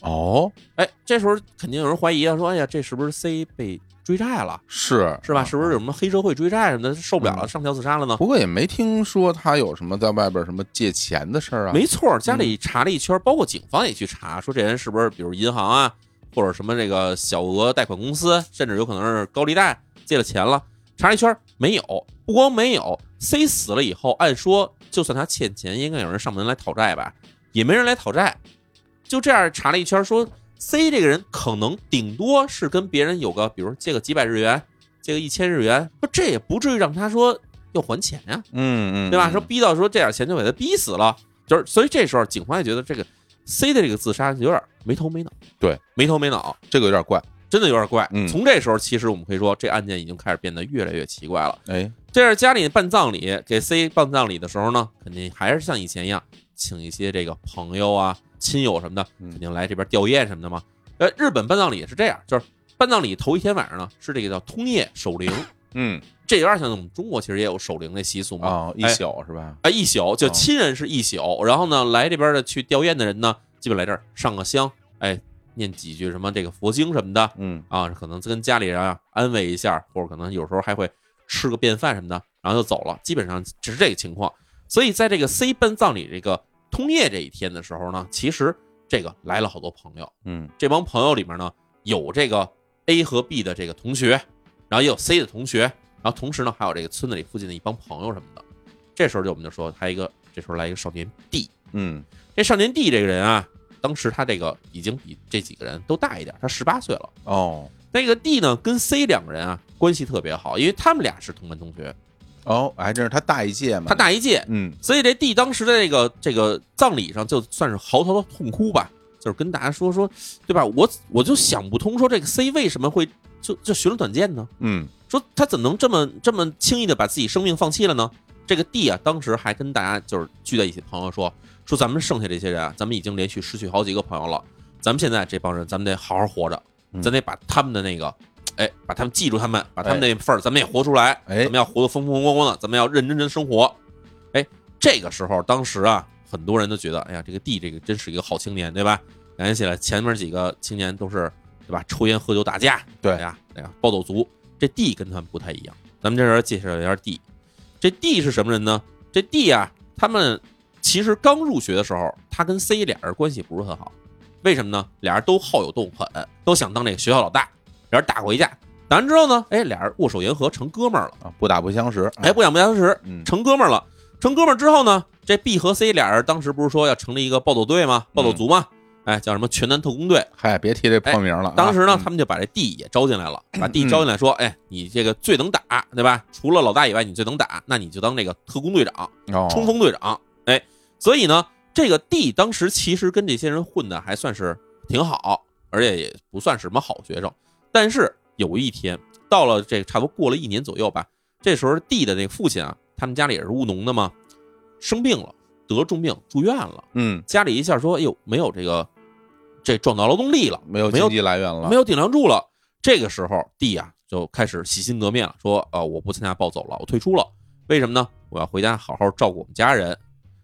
哦，
哎，这时候肯定有人怀疑啊，说哎呀，这是不是 C 被追债了，
是
是吧？是不是有什么黑社会追债什么的，受不了了，
嗯
上吊自杀了呢？
不过也没听说他有什么在外边什么借钱的事儿啊。
没错，家里查了一圈，包括警方也去查，说这人是不是比如银行啊，或者什么这个小额贷款公司，甚至有可能是高利贷借了钱了。查了一圈没有，不光没有，C 死了以后，按说就算他欠钱，应该有人上门来讨债吧，也没人来讨债。就这样查了一圈，说 C 这个人可能顶多是跟别人有个，比如借个几百日元，借个一千日元，说这也不至于让他说要还钱呀、
嗯，嗯嗯，
对吧？说逼到说这点钱就给他逼死了，就是所以这时候警方也觉得这个 C 的这个自杀有点没头没脑，
对，
没头没脑，
这个有点怪。
真的有点怪。
嗯
从这时候其实我们可以说，这案件已经开始变得越来越奇怪了。
哎，
这是家里办葬礼，给 C 办葬礼的时候呢，肯定还是像以前一样，请一些这个朋友啊、亲友什么的，
嗯
肯定来这边吊唁什么的嘛。呃，日本办葬礼也是这样，就是办葬礼头一天晚上呢，是这个叫通夜守灵，
嗯，
这有点像我们中国其实也有守灵的习俗嘛。
哦，一
哎
宿是吧？
啊，一宿就
哦
亲人是一宿，然后呢，来这边的去吊唁的人呢，基本来这儿上个香，哎，念几句什么这个佛经什么的
嗯，
啊，可能跟家里人啊安慰一下，或者可能有时候还会吃个便饭什么的，然后就走了，基本上只是这个情况。所以在这个 C 奔葬礼这个通夜这一天的时候呢，其实这个来了好多朋友，
嗯，
这帮朋友里面呢，有这个 A 和 B 的这个同学，然后也有 C 的同学，然后同时呢，还有这个村子里附近的一帮朋友什么的。这时候就我们就说，还有一个，这时候来一个少年 D。
嗯，
这少年 D 这个人啊，当时他这个已经比这几个人都大一点，他十八岁了。
哦
那个 D 呢，跟 C 两个人啊关系特别好，因为他们俩是同班同学，
哦，还真是他大一届嘛，
他，大一届，
嗯，
所以这 D 当时的这个这个葬礼上就算是嚎啕的痛哭吧，就是跟大家说说，对吧？我我就想不通，说这个 C 为什么会就就寻龙短剑呢？
嗯，
说他怎么能这么这么轻易的把自己生命放弃了呢？这个 D 啊，当时还跟大家就是聚在一起，朋友说说咱们剩下这些人啊，咱们已经连续失去好几个朋友了，咱们现在这帮人，咱们得好好活着，
嗯
咱得把他们的那个，哎，把他们记住他们，把他们那份儿，咱们也活出来，
哎
咱们要活得风风光光的，咱们要认认真真生活。哎，这个时候，当时啊，很多人都觉得，哎呀，这个 D 这个真是一个好青年，对吧？感觉起来前面几个青年都是对吧，抽烟喝酒打架，
对
哎呀，哎呀，暴走族，这 D 跟他们不太一样。咱们这人介绍一下 D，这 D 是什么人呢？这 D 啊，他们其实刚入学的时候，他跟 C 俩人关系不是很好，为什么呢？俩人都好有斗狠，都想当这个学校老大，俩人打过一架，打完之后呢，哎，俩人握手言和，成哥们儿了。
啊不打不相识，
哎，，不想不相识，
嗯，
成哥们儿了。成哥们儿之后呢，这 B 和 C 俩人当时不是说要成立一个暴走队吗？暴走族吗？哎，叫什么全南特工队。
嗨，别提这破名了啊，
哎当时呢，
嗯
他们就把这 D 也招进来 了，把 D 招进来说，哎，你这个最能打，对吧？除了老大以外，你最能打，那你就当这个特工队长、
哦
冲锋队长。哎，所以呢，这个 D 当时其实跟这些人混的还算是挺好，而且也不算是什么好学生。但是有一天，到了这差不多过了一年左右吧，这时候 D 的那父亲啊，他们家里也是务农的嘛，生病了，得重病住院了，
嗯，
家里一下说，哎呦，没有这个这壮劳动力了，
没有
没有
经济来源了，
没有顶梁柱了。这个时候，D 啊就开始洗心革面了，说啊、呃我不参加暴走了，我退出了。为什么呢？我要回家好好照顾我们家人。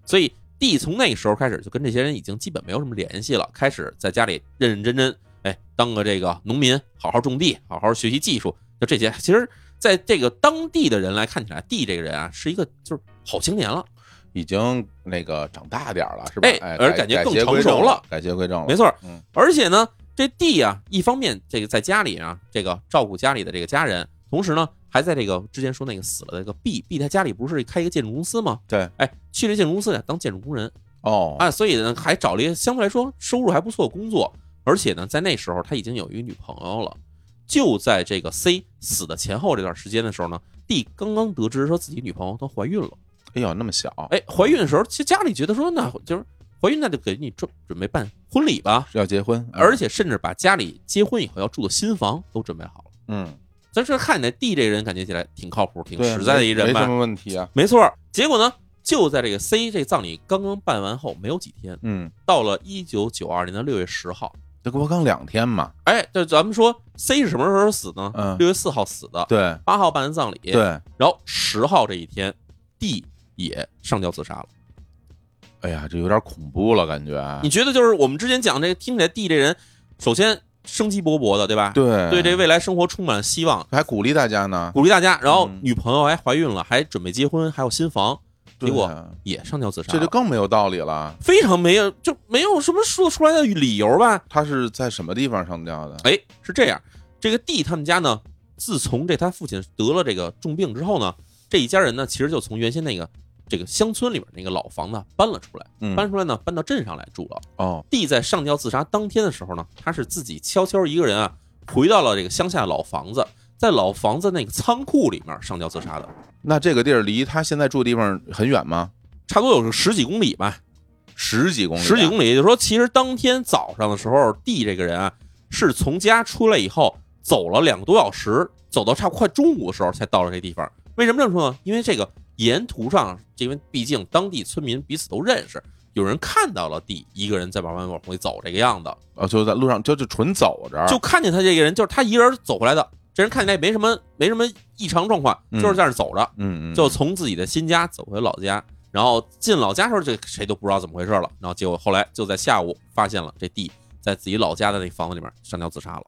所以 D 从那个时候开始就跟这些人已经基本没有什么联系了，开始在家里认认真真，哎，当个这个农民，好好种地，好好学习技术，就这些。其实，在这个当地的人来看起来，D 这个人啊是一个就是好青年了。
已经那个长大点儿了，是吧
哎？
哎，
而
改
感觉
改
更
邪
成
归
熟
正
了
了，改邪归正了，
没错儿
嗯，
而且呢，这 D 啊，一方面这个在家里啊，这个照顾家里的这个家人，同时呢，还在这个之前说那个死了的那个 B，B 他家里不是开一个建筑公司吗？
对，
哎，去这建筑公司呀当建筑工人
哦，
啊，所以呢，还找了一个相对来说收入还不错的工作，而且呢，在那时候他已经有一个女朋友了。就在这个 C 死的前后这段时间的时候呢，D 刚刚得知说自己女朋友她怀孕了。
哎呦，那么小，
哎，怀孕的时候，其实家里觉得说，那就是怀孕，那就给你准准备办婚礼吧。
要结婚，嗯
而且甚至把家里结婚以后要住的新房都准备好了。
嗯，
所以说，看你 D 这个人，感觉起来挺靠谱、挺
对
实在的
没
一人
没什
吧？
么问题啊，
没错儿。结果呢，就在这个 C 这葬礼刚刚办完后没有几天，
嗯，
到了一九九二年的六月十号，
这不刚两天嘛，
哎，这咱们说 C 是什么时候死呢？
嗯
六月四号死的，
对
八号办完葬礼，
对，
然后十号这一天，D 也上吊自杀了。
哎呀，这有点恐怖了，感觉，啊
你觉得就是我们之前讲这个，听起来 D 这人，首先生机勃勃的，对吧？
对
对，这未来生活充满了希望。
还鼓励大家呢，
鼓励大家。然后
嗯
女朋友还怀孕了，还准备结婚，还有新房，结
对
果
啊
也上吊自杀了，
这就更没有道理了。
非常没有就没有什么说出来的理由吧？
他是在什么地方上吊的？
哎，是这样，这个 D 他们家呢，自从这他父亲得了这个重病之后呢，这一家人呢，其实就从原先那个这个乡村里边那个老房子搬了出来，
嗯，
搬出来呢，搬到镇上来住了。
哦，
D 在上吊自杀当天的时候呢，他是自己悄悄一个人啊，回到了这个乡下老房子，在老房子那个仓库里面上吊自杀的。
那这个地儿离他现在住的地方很远吗？
差不多有个十几公里吧，
十几公里啊，
十几公里，也就是说，其实当天早上的时候，D 这个人啊，是从家出来以后走了两个多小时，走到差不多快中午的时候才到了这地方。为什么这么说呢？因为这个沿途上，因为毕竟当地村民彼此都认识，有人看到了 D 一个人在慢慢往回走这个样子，
哦，就在路上，就就纯走着，
就看见他这个人，就是他一个人走回来的。这人看起来也没什么没什么异常状况，
嗯
就是在那儿走着，
嗯嗯，
就从自己的新家走回老家，然后进老家的时候，这谁都不知道怎么回事了。然后结果后来就在下午发现了这弟在自己老家的那房子里面上吊自杀了。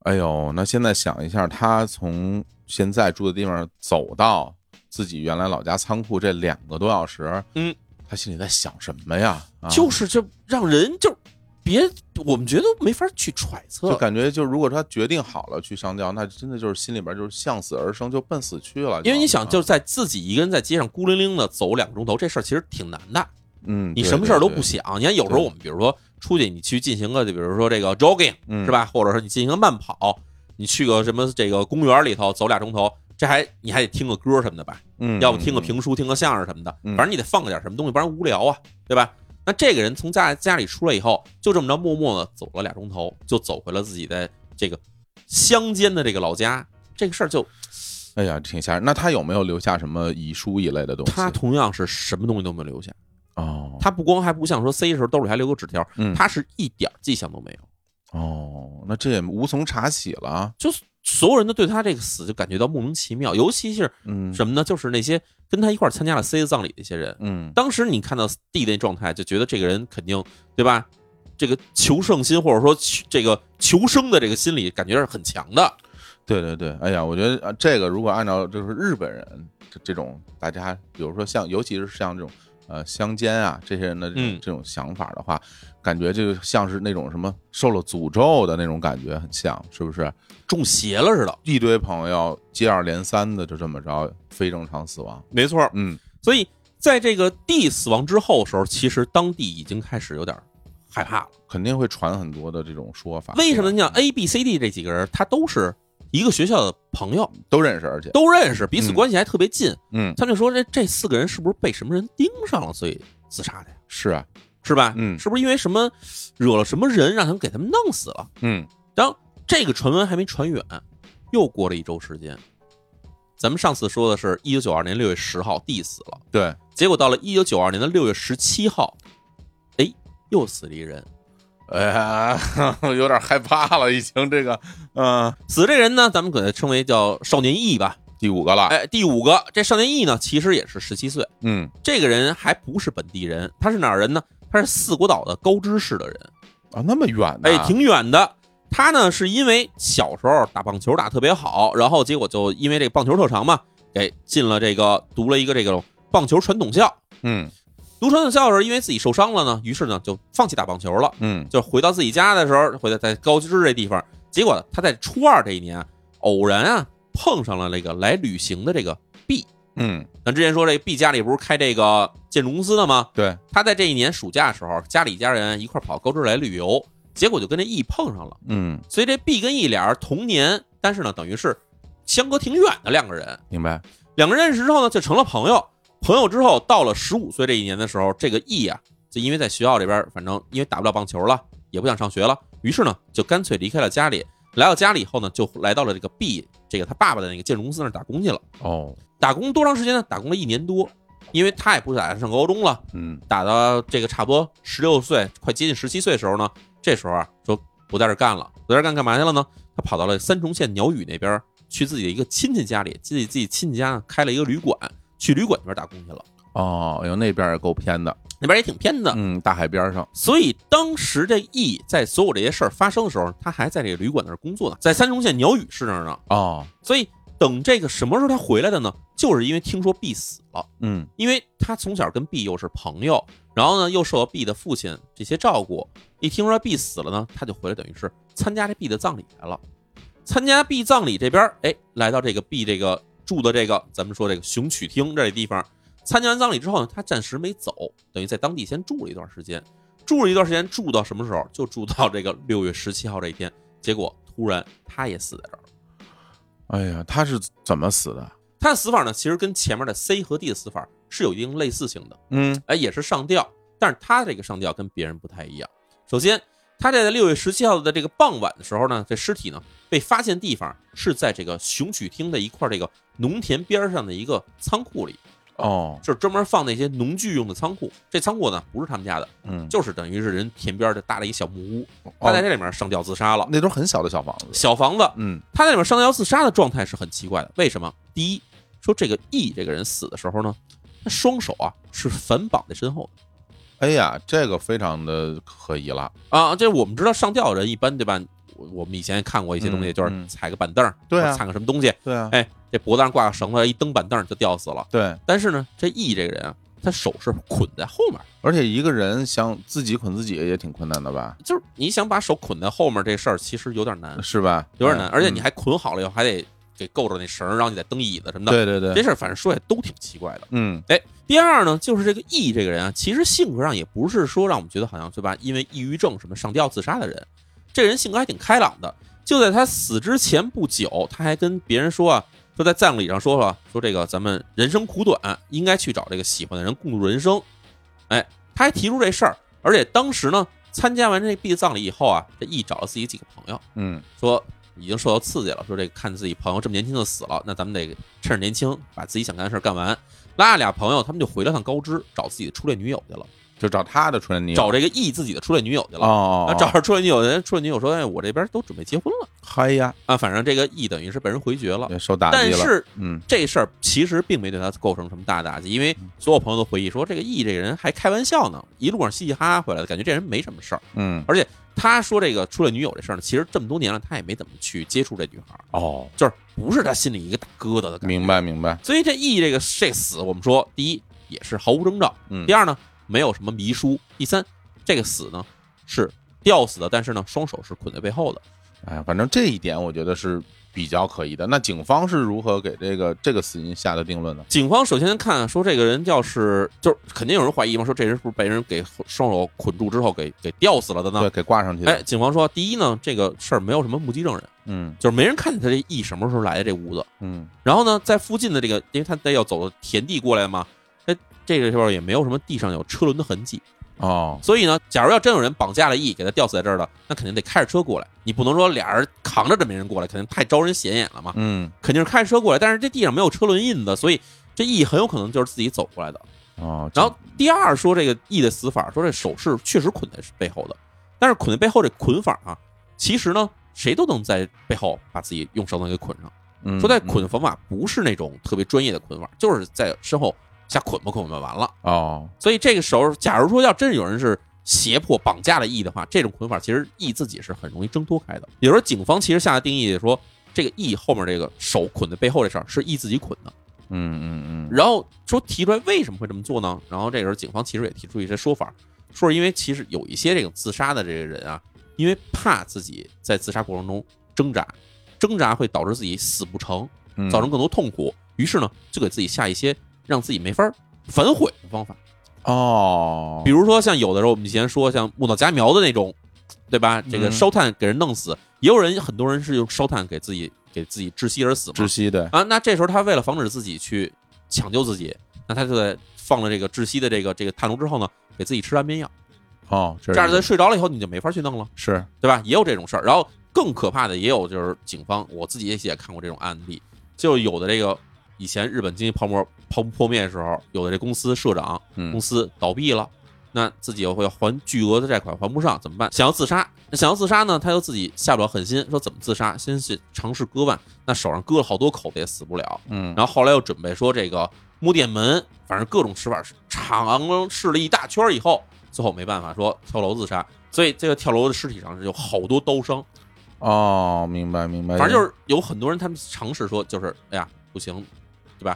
哎呦，那现在想一下，他从现在住的地方走到自己原来老家仓库这两个多小时，
嗯，
他心里在想什么呀？啊、
就是这让人就别，我们觉得没法去揣测
就。感觉，就如果他决定好了去上吊，那真的就是心里边就是向死而生，就奔死去了。
因为你想，就是是在自己一个人在街上孤零零的走两个钟头，这事儿其实挺难的。
嗯，
你
对
什么事儿都
对
不想。你看，有时候
对
我们比如说出去你去进行个，就比如说这个 jogging
嗯
是吧？或者说你进行个慢跑，你去个什么这个公园里头走俩钟头，这还你还得听个歌什么的吧？
嗯，
要不听个评书、听个相声什么的，
嗯
反正你得放个点什么东西，不然无聊啊，对吧？那这个人从家家里出来以后，就这么着默默的走了俩钟头，就走回了自己的这个乡间的这个老家。这个事儿就
哎呀，挺吓人。那他有没有留下什么遗书一类的东西？
他同样是什么东西都没有留下，
哦，
他不光还不像说 C 的时候兜里还留个纸条，
嗯
他是一点迹象都没有。
哦，那这也无从查起了啊。
就是所有人都对他这个死就感觉到莫名其妙，尤其是
嗯，
什么呢？就是那些跟他一块儿参加了 C 的葬礼的一些人，
嗯
当时你看到 D 那状态，就觉得这个人肯定对吧？这个求胜心或者说求这个求生的这个心理，感觉是很强的。
对对对，哎呀，我觉得啊这个如果按照就是日本人这这种大家，比如说像尤其是像这种呃乡间啊这些人的这种、
嗯
这种想法的话，感觉就像是那种什么受了诅咒的那种感觉，很像是不是？
中邪了似的，
一堆朋友接二连三的就这么着非正常死亡，
没错。
嗯
所以在这个 D 死亡之后的时候，其实当地已经开始有点害怕了。
肯定会传很多的这种说法。
为什么？
对
你
吧
想 A、B、C、D 这几个人，他都是一个学校的朋友，
都认识，而且
都认识，彼此
嗯
关系还特别近。
嗯
他就说这这四个人是不是被什么人盯上了，所以自杀的呀？
是啊，
是吧？
嗯
是不是因为什么惹了什么人，让他们给他们弄死了？
嗯
当这个传闻还没传远，又过了一周时间。咱们上次说的是一九九二年六月十号 D 死了，
对，
结果到了一九九二年的六月十七号，哎，又死了一人。
哎呀， 有点害怕了，已经这个嗯、呃
死这人呢，咱们给他称为叫少年 E 吧。
第五个了，
哎，第五个，这少年 E 呢，其实也是十七岁。
嗯
这个人还不是本地人，他是哪儿人呢？他是四国岛的高知市的人。
啊那么远呢、
哎，挺远的。他呢是因为小时候打棒球打得特别好，然后结果就因为这个棒球特长嘛，给进了这个读了一个这个棒球传统校。
嗯
读传统校的时候，因为自己受伤了呢，于是呢就放弃打棒球了，
嗯
就回到自己家的时候，回到在高知这地方。结果他在初二这一年啊偶然啊碰上了那个来旅行的这个 B。
嗯，
咱之前说这个 B 家里不是开这个建筑公司的吗？
对，
他在这一年暑假的时候，家里一家人一块儿跑高知来旅游，结果就跟这 E 碰上了。
嗯，
所以这 B 跟 E 俩人同年，但是呢，等于是相隔挺远的两个人。
明白，
两个人认识之后呢，就成了朋友。朋友之后，到了十五岁这一年的时候，这个 E 啊，就因为在学校里边，反正因为打不了棒球了，也不想上学了，于是呢，就干脆离开了家里。来到家里以后呢，就来到了这个 B 这个他爸爸的那个建筑公司那儿打工去了。
哦，
打工多长时间呢？打工了一年多，因为他也不打算上高中了，
嗯
打到这个差不多十六岁，快接近十七岁的时候呢，这时候啊，就不在这儿干了，不在这儿干干嘛去了呢？他跑到了三重县鸟语那边，去自己的一个亲戚家里，自己自己亲戚家呢开了一个旅馆，去旅馆那边打工去了，
哦，哟，那边也够偏的，
那边也挺偏的。
嗯，大海边上，
所以当时这 E 在所有这些事儿发生的时候，他还在这个旅馆那儿工作呢，在三重县鸟语市那儿呢。
哦，
所以等这个什么时候他回来的呢？就是因为听说 B 死了。
嗯
因为他从小跟 B 又是朋友，然后呢又受到 B 的父亲这些照顾，一听说 B 死了呢，他就回来，等于是参加这 B 的葬礼来了。参加 B 葬礼这边，哎，来到这个 B 这个住的这个咱们说这个雄曲厅这地方，参加完葬礼之后呢，他暂时没走，等于在当地先住了一段时间。住了一段时间，住到什么时候？就住到这个六月十七号这一天。结果突然他也死在这儿了。
哎呀，他是怎么死的？
他的死法呢，其实跟前面的 C 和 D 的死法是有一定类似性的。
嗯
哎，也是上吊，但是他这个上吊跟别人不太一样。首先，他在六月十七号的这个傍晚的时候呢，这尸体呢被发现地方是在这个雄曲厅的一块这个农田边上的一个仓库里，
哦，
就是专门放那些农具用的仓库。这仓库呢不是他们家的，
嗯，
就是等于是人田边的搭了一小木屋，他
哦
在这里面上吊自杀了。
那都是很小的小房子，
小房子，
嗯
他在里面上吊自杀的状态是很奇怪的。为什么？第一，说这个 E 这个人死的时候呢，他双手啊是反绑在身后的。
哎呀，这个非常的可疑了，
啊，这我们知道上吊的人一般对吧？我我们以前也看过一些东西，
嗯
就是
嗯
踩个板凳儿，
对啊
或者踩个什么东西，
对啊，
哎，这脖子上挂个绳子，一蹬板凳儿就吊死了。
对，
但是呢，这 E 这个人啊，他手是捆在后面儿，
而且一个人想自己捆自己也挺困难的吧，
就是你想把手捆在后面儿这事儿，其实有点难，
是吧？
有点难，
嗯
而且你还捆好了以后还得给够着那绳儿，然后你再蹬椅子什么的。
对对
这
对，
事儿反正说起来都挺奇怪的。
嗯
第二呢，就是这个羿这个人啊，其实性格上也不是说让我们觉得好像对吧？因为抑郁症什么上吊自杀的人，这人性格还挺开朗的。就在他死之前不久，他还跟别人说啊，说在葬礼上说了，说这个咱们人生苦短，应该去找这个喜欢的人共度人生。哎，他还提出这事儿，而且当时呢，参加完这毕葬礼以后啊，这羿找了自己几个朋友，
嗯
说已经受到刺激了，说这个看自己朋友这么年轻就死了，那咱们得趁着年轻把自己想干的事儿干完。拉着俩朋友，他们就回了趟高知，找自己的初恋女友去了，
就找他的纯你
找这个 E 自己的初恋女友去了。
哦
啊，，找着初恋女友，人初恋女友说：“哎，我这边都准备结婚了
嗨呀，
啊。”反正这个 E 等于是被人回绝了。
也受打击
但
了，
是
嗯
这事儿其实并没对他构成什么大打击，因为所有朋友都回忆说，这个 E 这个人还开玩笑呢，一路上嘻嘻哈哈回来的，感觉这人没什么事儿。
嗯
他说这个初恋女友这事儿呢，其实这么多年了，他也没怎么去接触这女孩儿，
哦，
就是不是他心里一个大疙瘩的感觉。
明白明白，
所以这 E 这个这死，我们说第一也是毫无征兆，
嗯
第二呢没有什么迷失，第三这个死呢是吊死的，但是呢双手是捆在背后的。
哎，反正这一点我觉得是比较可疑的。那警方是如何给这个这个死因下的定论呢？
警方首先看说这个人要是就是肯定有人怀疑嘛，说这人是不是被人给双手捆住之后给给吊死了的
对，
呢？
给挂上去的，
哎，警方说第一呢这个事儿没有什么目击证人，
嗯
就是没人看见他这 E 什么时候来的这屋子。
嗯
然后呢，在附近的这个，因为他得要走田地过来嘛，哎，这个地方也没有什么地上有车轮的痕迹，
哦，
所以呢，假如要真有人绑架了 E，给他吊死在这儿了，那肯定得开着车过来。你不能说俩人扛着这么一人过来，肯定太招人显眼了嘛。
嗯
肯定是开着车过来，但是这 E 地上没有车轮印子，所以这 E 很有可能就是自己走过来的。
哦，
然后第二说这个 E 的死法，说这手是确实捆在背后的，但是捆在背后这捆法啊，其实呢谁都能在背后把自己用绳子给捆上。
嗯
说在
嗯
捆方法不是那种特别专业的捆法，就是在身后瞎捆吧捆吧，完了。
哦，
所以这个时候，假如说要真是有人是胁迫绑架了 E 的话，这种捆法其实 E 自己是很容易挣脱开的。有时候警方其实下的定义说，这个 E 后面这个手捆在背后这事儿是 E 自己捆的。
嗯嗯嗯，
然后说提出来为什么会这么做呢？然后这个时候警方其实也提出一些说法，说是因为其实有一些这个自杀的这个人啊，因为怕自己在自杀过程中挣扎，挣扎会导致自己死不成，
嗯
造成更多痛苦，于是呢就给自己下一些让自己没法儿反悔的方法。
哦，
比如说像有的时候我们以前说像木岛佳苗的那种，对吧？这个
嗯
烧炭给人弄死，也有人很多人是用烧炭给自己给自己窒息而死嘛
窒。息的，
啊，那这时候他为了防止自己去抢救自己，那他就在放了这个窒息的这个这个炭炉之后呢，给自己吃安眠药，
哦，这
这样他睡着了以后你就没法去弄了，
是
对吧？也有这种事儿。然后更可怕的也有就是警方，我自己也也看过这种案例，就有的这个以前日本经济泡沫泡沫破灭的时候，有的这公司社长公
嗯
司倒闭了，那自己又会还巨额的债款还不上，怎么办？想要自杀，那想要自杀呢，他又自己下不了狠心，说怎么自杀？先是尝试割腕，那手上割了好多口子也死不了，
嗯，
然后后来又准备说这个摸电门，反正各种吃法，尝试了一大圈以后，最后没办法说跳楼自杀，所以这个跳楼的尸体上是有好多刀伤，
哦，明白明白，
反正就是有很多人他们尝试说，就是哎呀不行，对吧？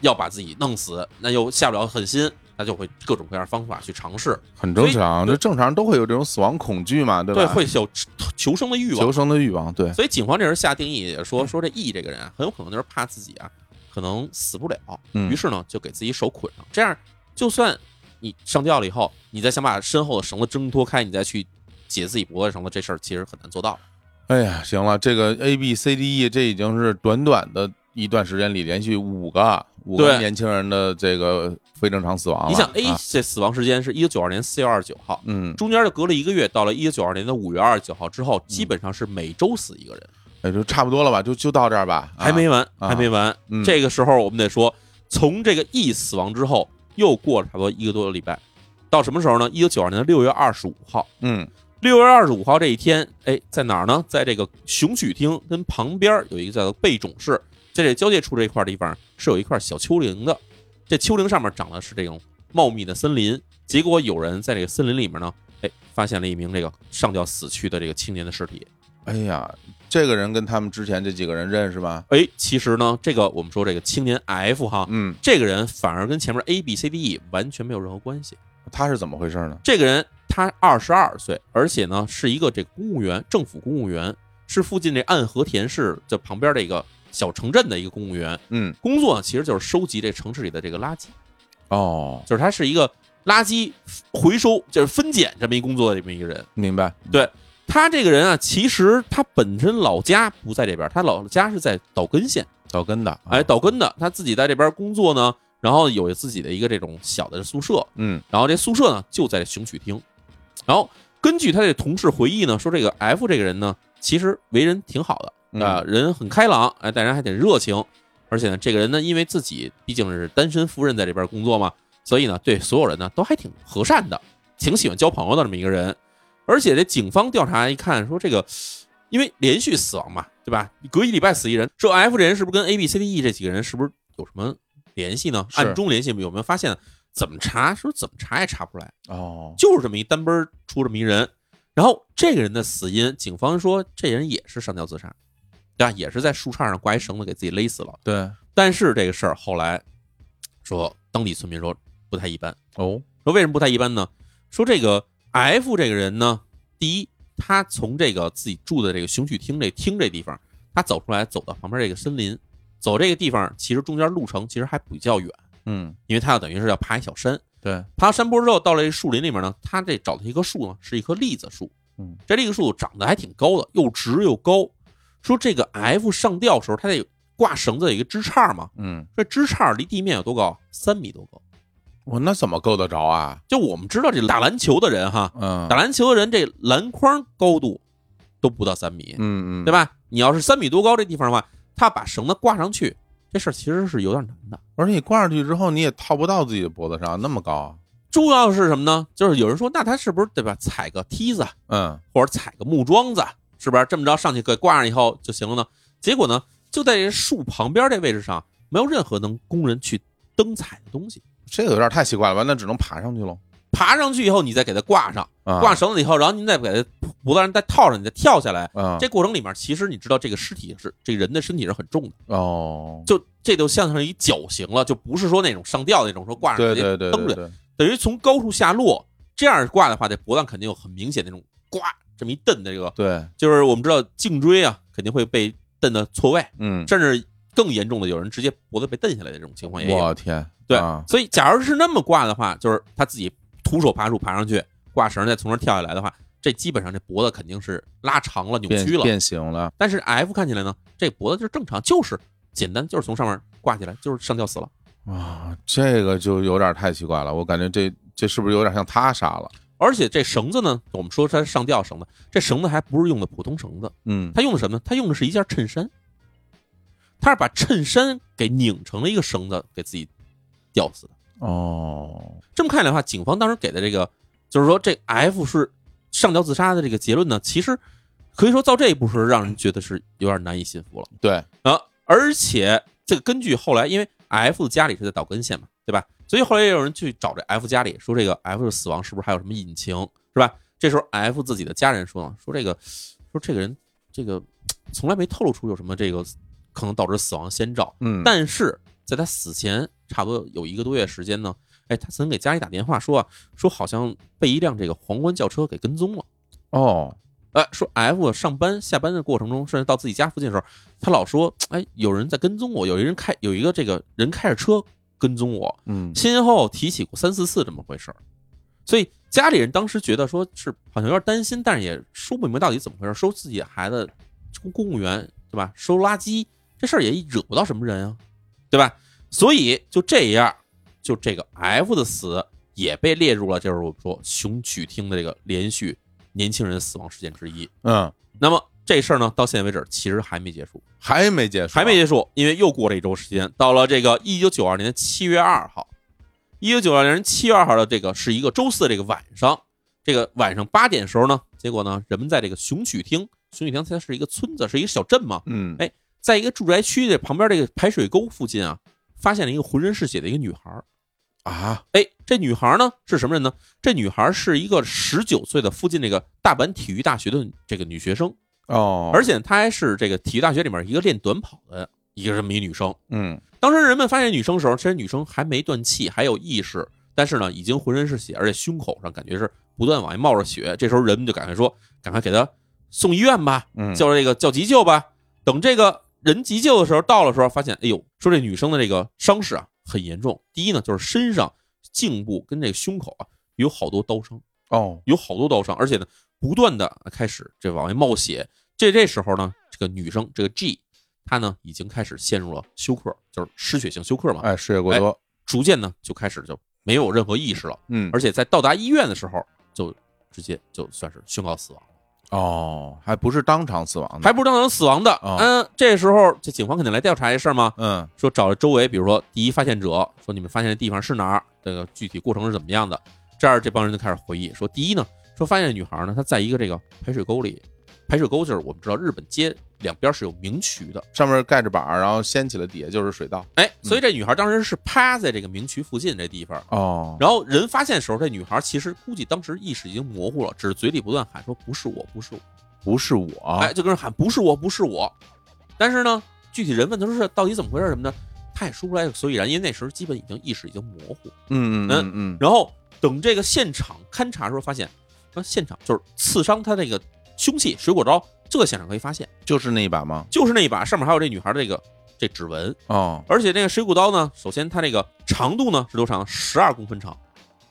要把自己弄死，那又下不了狠心，那就会各种各样的方法去尝试，
很正常，
所
这
以
正常人都会有这种死亡恐惧嘛，对吧？
会有求求生的欲
求
望。
生的欲望，对，
所以警方这人下定义也
嗯
说，说这 E 这个人啊，很有可能就是怕自己啊，可能死不了，
嗯
于是呢就给自己手捆上，这样就算你上吊了以后，你再想把身后的绳子挣脱开，你再去解自己脖子绳子，这事儿其实很难做到。
哎呀，行了，这个 A B C D E 这已经是短短的一段时间里连续五个五个
对
年轻人的这个非正常死亡了。
你想 A
啊
这死亡时间是一九九二年四月二十九号，
嗯，
中间就隔了一个月，到了一九九二年的五月二十九号之后，
嗯
基本上是每周死一个人，
也就差不多了吧，就就到这儿吧。啊
还没完，
啊
还没完。
嗯
这个时候我们得说，从这个 E 死亡之后，又过了差不多一个多礼拜，到什么时候呢？一九九二年的六月二十五号。
嗯
六月二十五号这一天，哎，在哪儿呢？在这个雄曲厅跟旁边有一个叫做贝冢市，在这交界处这块地方是有一块小丘陵的。这丘陵上面长的是这种茂密的森林。结果有人在这个森林里面呢，哎，发现了一名这个上吊死去的这个青年的尸体。
哎呀，这个人跟他们之前这几个人认识吗？
哎，其实呢，这个我们说这个青年 F 哈，
嗯，
这个人反而跟前面 A B C D E 完全没有任何关系。
他是怎么回事呢？
这个人他二十二岁，而且呢是一个这个公务员，政府公务员，是附近这暗河田市这旁边这个小城镇的一个公务员，
嗯，
工作其实就是收集这城市里的这个垃圾，
哦，
就是他是一个垃圾回收，就是分拣这么一工作的这么一个人。
明白，
他这个人啊，其实他本身老家不在这边，他老家是在岛根县，
倒根的，啊
哎，，岛根的，他自己在这边工作呢，然后有自己的一个这种小的宿舍，
嗯，
然后这宿舍呢就在雄曲厅，然后根据他这同事回忆呢，说这个 F 这个人呢，其实为人挺好的，
嗯
啊、人很开朗，哎，待人还挺热情，而且呢，这个人呢，因为自己毕竟是单身夫人在这边工作嘛，所以呢，对所有人呢都还挺和善的，挺喜欢交朋友的这么一个人。而且这警方调查一看，说这个因为连续死亡嘛，对吧？隔一礼拜死一人，说 F 这人是不是跟 A、B、C、D、E E 这几个人是不是有什么联系呢？
是
暗中联系有没有发现？怎么查？说怎么查也查不出来，
哦，
就是这么一单奔儿出这么一人。然后这个人的死因，警方说这人也是上吊自杀，对吧？啊也是在树杈上挂一绳子给自己勒死了。
对，
但是这个事儿后来说，当地村民说不太一般，
哦，
说为什么不太一般呢？说这个 F 这个人呢，第一，他从这个自己住的这个雄曲厅这厅这地方，他走出来走到旁边这个森林，走这个地方其实中间路程其实还比较远，
嗯，
因为他要等于是要爬一小山，
对，
爬山坡之后，到了这树林里面呢，他这找到一棵树呢，是一棵栗子树。
嗯，
这栗子树长得还挺高的，又直又高。说这个 F 上吊的时候，他得挂绳子有一个支杈嘛，
嗯，
这支杈离地面有多高？三米多高。
我那怎么够得着啊？
就我们知道这打篮球的人哈，
嗯，
打篮球的人这篮筐高度都不到三米，
嗯嗯，
对
吧？
吧？你要是三米多高这地方的话，他把绳子挂上去，这事儿其实是有点难的。
而且你挂上去之后，你也套不到自己的脖子上，那么高，
重要的是什么呢？就是有人说，那他是不是对吧？踩个梯子啊，
嗯，
或者踩个木桩子，是不是这么着上去给挂上以后就行了呢？结果呢，就在这树旁边这位置上，没有任何能供人去登采的东西。
这个有点太奇怪了吧？那只能爬上去喽。
爬上去以后，你再给它挂上，
啊，
挂绳子以后，然后您再给它脖子上再套上，你再跳下来。
嗯，
这过程里面，其实你知道，这个尸体是这个人的身体是很重的，
哦，
就这就像是一绞刑了，就不是说那种上吊那种说挂上
对
直接
对对
蹬
对
着，
对，
等于从高处下落。这样挂的话，这脖子上肯定有很明显那种呱这么一蹬的这个
对，
就是我们知道颈椎啊肯定会被蹬的错位，
嗯，
甚至更严重的有人直接脖子被蹬下来的这种情况也有。
我天，
对
啊
所以，假如是那么挂的话，就是他自己徒手爬树爬上去，挂绳再从那儿跳下来的话，这基本上这脖子肯定是拉长了、扭
变
曲了。
变形了，
但是 F 看起来呢，这脖子就是正常，就是简单，就是从上面挂起来，就是上吊死了。
啊，这个就有点太奇怪了，我感觉这这是不是有点像他杀了？
而且这绳子呢，我们说它是上吊绳子，这绳子还不是用的普通绳子，
嗯，
他用的什么呢？他用的是一件衬衫，他是把衬衫给拧成了一个绳子，给自己吊死的。
哦，
这么看来的话，警方当时给的这个，就是说这 F 是上吊自杀的这个结论呢，其实可以说到这一步是让人觉得是有点难以信服了
对，
啊！而且这个根据后来，因为 F 家里是在岛根县嘛，对吧？所以后来也有人去找这 F 家里说，这个 F 的死亡是不是还有什么隐情，是吧？这时候 F 自己的家人说呢，说这个说这个人这个从来没透露出有什么这个可能导致死亡先兆，
嗯，
但是在他死前差不多有一个多月时间呢，哎，他曾给家里打电话说啊，说好像被一辆这个皇冠轿车给跟踪了。
哦，
哎，说 F 上班下班的过程中，甚至到自己家附近的时候，他老说，哎，有人在跟踪我，有一人开有一个这个人开着车跟踪我，
嗯，
先后提起过三四次这么回事儿，所以家里人当时觉得说是好像有点担心，但是也说不明白到底怎么回事儿，收自己孩子公公务员对吧？收垃圾这事儿也惹不到什么人啊，对吧？所以就这样，就这个 F 的死也被列入了就是我们说雄曲厅的这个连续年轻人死亡事件之一。
嗯，
那么这事儿呢，到现在为止其实还没结束，
还没结束，啊
还没，结束，因为又过了一周时间，到了这个一九九二年的七月二号，一九九二年七月二号的这个是一个周四的这个晚上，这个晚上八点的时候呢，结果呢，人们在这个雄曲厅，雄曲厅它是一个村子，是一个小镇嘛，
嗯，
哎在一个住宅区的旁边这个排水沟附近啊，发现了一个浑身是血的一个女孩儿。
啊，
哎，这女孩儿呢是什么人呢？这女孩儿是一个十九岁的附近这个大阪体育大学的这个女学生，
哦，
而且她还是这个体育大学里面一个练短跑的一个这么一女生。
嗯，
当时人们发现女生的时候，其实女生还没断气，还有意识，但是呢，已经浑身是血，而且胸口上感觉是不断往外冒着血。这时候人们就赶快说，赶快给她送医院吧，
嗯，
叫这个叫急救吧。等这个人急救的时候到了时候，发现哎呦，说这女生的这个伤势啊很严重。第一呢，就是身上、颈部跟这个胸口啊有好多刀伤，
哦，
有好多刀伤，而且呢不断的开始这往外冒血。这这时候呢，这个女生这个 G，她呢已经开始陷入了休克，就是失血性休克嘛。
哎，失血过多，
逐渐呢就开始就没有任何意识了，
嗯，
而且在到达医院的时候就直接就算是宣告死亡，
哦，还不是当场死亡的，
还不是当场死亡的。
嗯哦
嗯，这时候这警方肯定来调查这事儿嘛，
嗯
说找周围，比如说第一发现者，说你们发现的地方是哪儿，这个具体过程是怎么样的。这儿这帮人就开始回忆，说第一呢，说发现这女孩呢她在一个这个排水沟里，排水沟就是我们知道日本街两边是有明渠的，
上面盖着板儿，然后掀起了，底下就是水道。
哎，所以这女孩当时是趴在这个明渠附近这地方。
哦，
然后人发现的时候，这女孩其实估计当时意识已经模糊了，只是嘴里不断喊说“不是我，不是我
不是”，我，
哎，就跟人喊“不是我，不是我”。但是呢，具体人问她说是到底怎么回事什么的，她也说不出来所以然，因为那时候基本已经意识已经模糊。
嗯嗯嗯嗯，
然后等这个现场勘查的时候，发现，那现场就是刺伤她那个凶器水果刀，这个现场可以发现，
就是那一把吗？
就是那一把上面还有这女孩这个这指纹，
哦，
而且那个水果刀呢，首先它那个长度呢是多长？十二公分长，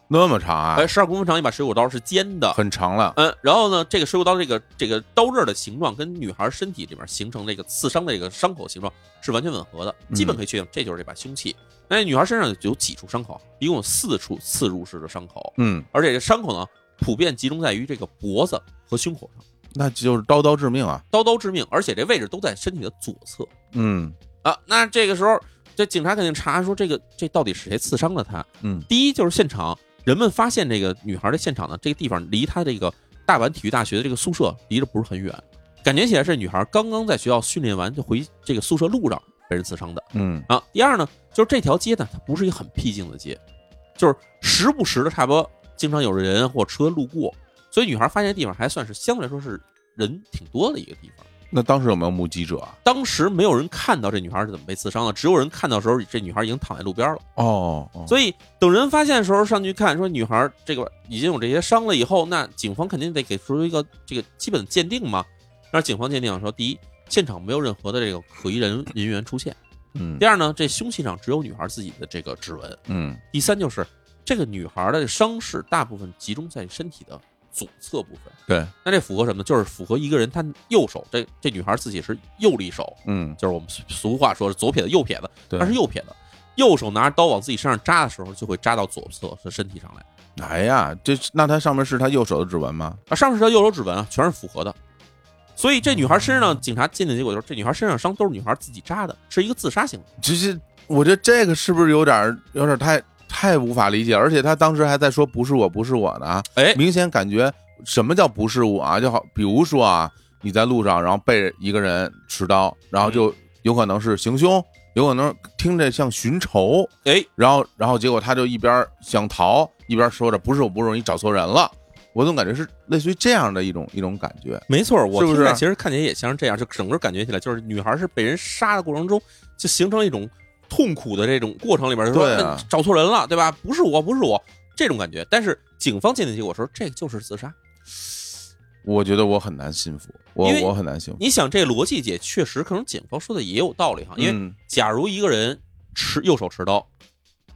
那么长啊，
哎，十二公分长一把水果刀是尖的，
很长了。
嗯，然后呢，这个水果刀这个这个刀刃的形状跟女孩身体里面形成这个刺伤的这个伤口形状是完全吻合的，基本可以确定这就是这把凶器。那女孩身上有几处伤口？一共有四处刺入式的伤口，
嗯，
而且这伤口呢，普遍集中在于这个脖子和胸口上，
那就是刀刀致命啊。
刀刀致命，而且这位置都在身体的左侧
嗯
啊。那这个时候，这警察肯定查说这个这到底是谁刺伤了她？
嗯，
第一就是现场，人们发现这个女孩的现场呢，这个地方离她这个大阪体育大学的这个宿舍离得不是很远，感觉起来这女孩刚刚在学校训练完就回这个宿舍路上被人刺伤的
嗯
啊。第二呢，就是这条街呢，它不是一个很僻静的街，就是时不时的差不多经常有人或车路过，所以女孩发现的地方还算是相对来说是人挺多的一个地方。
那当时有没有目击者啊？
当时没有人看到这女孩是怎么被刺伤的，只有人看到的时候，这女孩已经躺在路边了。
哦，哦
所以等人发现的时候上去看，说女孩儿这个已经有这些伤了以后，那警方肯定得给出一个这个基本鉴定嘛。那警方鉴定说，第一，现场没有任何的这个可疑人人员出现；
嗯
第二呢，这凶器上只有女孩自己的这个指纹；
嗯
第三就是这个女孩的伤势大部分集中在身体的左侧部分。
对，
那这符合什么呢？就是符合一个人他右手，这这女孩自己是右利手，
嗯
就是我们俗话说是左撇子右撇子，
对
他是右撇子，右手拿着刀往自己身上扎的时候，就会扎到左侧的身体上来。
哎呀，这是那他上面是他右手的指纹吗？
啊，上面是她右手指纹啊，全是符合的。所以这女孩
嗯
身上，警察鉴定结果就是这女孩身上伤都是女孩自己扎的，是一个自杀行为。
这是我觉得这个是不是有点儿有点儿太太无法理解？而且他当时还在说不是我不是我啊呢，
哎，
明显感觉什么叫不是我啊？就好，比如说啊，你在路上，然后被一个人持刀，然后就有可能是行凶，有可能听着像寻仇，
哎，
然后然后结果他就一边想逃，一边说着不是我不是我，你找错人了。我总感觉是类似于这样的一种一种感觉，
没错，我
是不
听着
是
其实看起来也像是这样，就整个感觉起来就是女孩是被人杀的过程中，就形成了一种痛苦的这种过程里边，就说、
对啊
那找错人了，对吧？不是我，不是我这种感觉。但是警方鉴定结果说这就是自杀。
我觉得我很难信服，我
因为
我很难信服。
你想这逻辑也确实，可能警方说的也有道理哈，因为
嗯
假如一个人持右手持刀，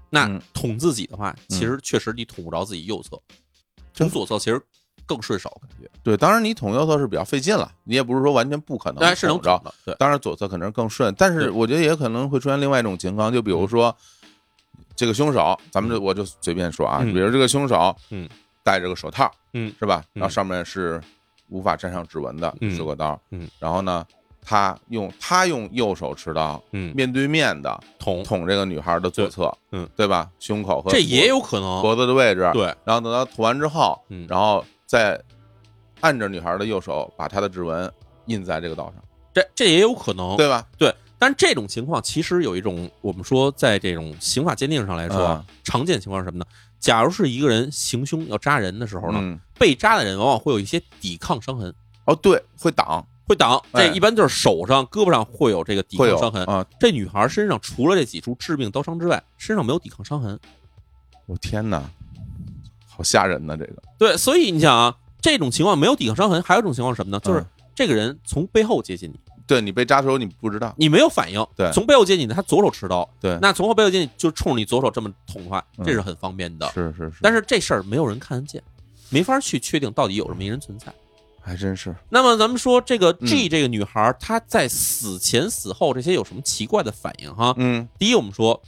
那
嗯
捅自己的话，其实确实你捅不着自己右侧，捅左侧其实更顺手，感觉
对，当然你捅右侧是比较费劲了，你也不是说完全不可能，
但是能
捅着
捅，的，对，
当然左侧可能更顺，但
对嗯
是我觉得也可能会出现另外一种情况，就比如说这个凶手，咱们就我就随便说啊，
嗯
比如这个凶手，
嗯，
戴着个手套，
嗯，
是吧？
嗯
然后上面是无法沾上指纹的
嗯
水果刀，
嗯，
然后呢，他用他用右手持刀，
嗯，
面对面的
捅，
捅这个女孩的左侧，
对嗯，
对吧？胸口和
这也
有
有可能，
脖子的位置，
对，
然后等到涂完之后，
嗯
然后再按着女孩的右手把她的指纹印在这个刀上，
这这也有可能，
对吧？
对。但这种情况其实有一种，我们说在这种刑法鉴定上来说啊，
嗯
常见情况是什么呢？假如是一个人行凶要扎人的时候呢，
嗯，
被扎的人往往会有一些抵抗伤痕，
哦，对，会挡，
会挡，这
哎
一般就是手上、胳膊上会有这个抵
会
抗
有
伤痕。
啊！
这女孩身上除了这几处致命刀伤之外，身上没有抵抗伤痕。
我天哪，好吓人呐！这个
对，所以你想啊，这种情况没有抵抗伤痕，还有一种情况是什么呢？就是
嗯
这个人从背后接近你，
对你被扎的时候你不知道，
你没有反应，
对
从背后接你，他左手持刀，
对
那从后背后接你就冲你左手这么捅的话，
嗯
这是很方便的。
是是是，
但
是
是这事儿没有人看得见，没法去确定到底有这么一人存在。
还真是，
那么咱们说这个 G
嗯
这个女孩，她在死前死后这些有什么奇怪的反应哈？
嗯
第一，我们说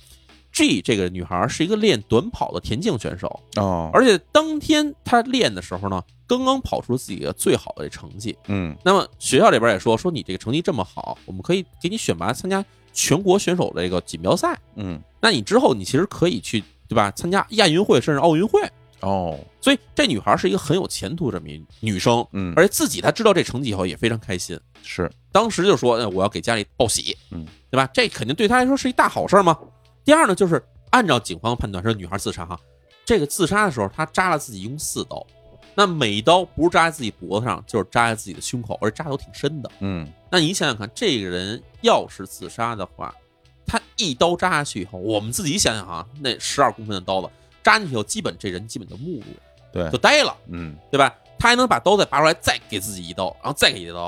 G 这个女孩是一个练短跑的田径选手，
哦，
而且当天她练的时候呢，刚刚跑出自己的最好的这成绩。
嗯
那么学校里边也说，说你这个成绩这么好，我们可以给你选拔参加全国选手的这个锦标赛。
嗯
那你之后你其实可以去对吧？参加亚运会甚至奥运会。
哦
所以这女孩是一个很有前途的这么一女生，
嗯
而且自己她知道这成绩以后也非常开心。
是
当时就说，呃我要给家里报喜，
嗯，
对吧？这肯定对他来说是一大好事儿嘛。第二呢，就是按照警方判断，说女孩自杀哈，这个自杀的时候她扎了自己一共四刀，那每一刀不是扎在自己脖子上，就是扎在自己的胸口，而且扎得都挺深的。
嗯
那你想想看，这个人要是自杀的话，他一刀扎下去以后，我们自己想想啊，那十二公分的刀子扎进去以后，基本这人基本就木了，
对
就呆了。
嗯
对吧？他还能把刀再拔出来，再给自己一刀，然后再给一刀，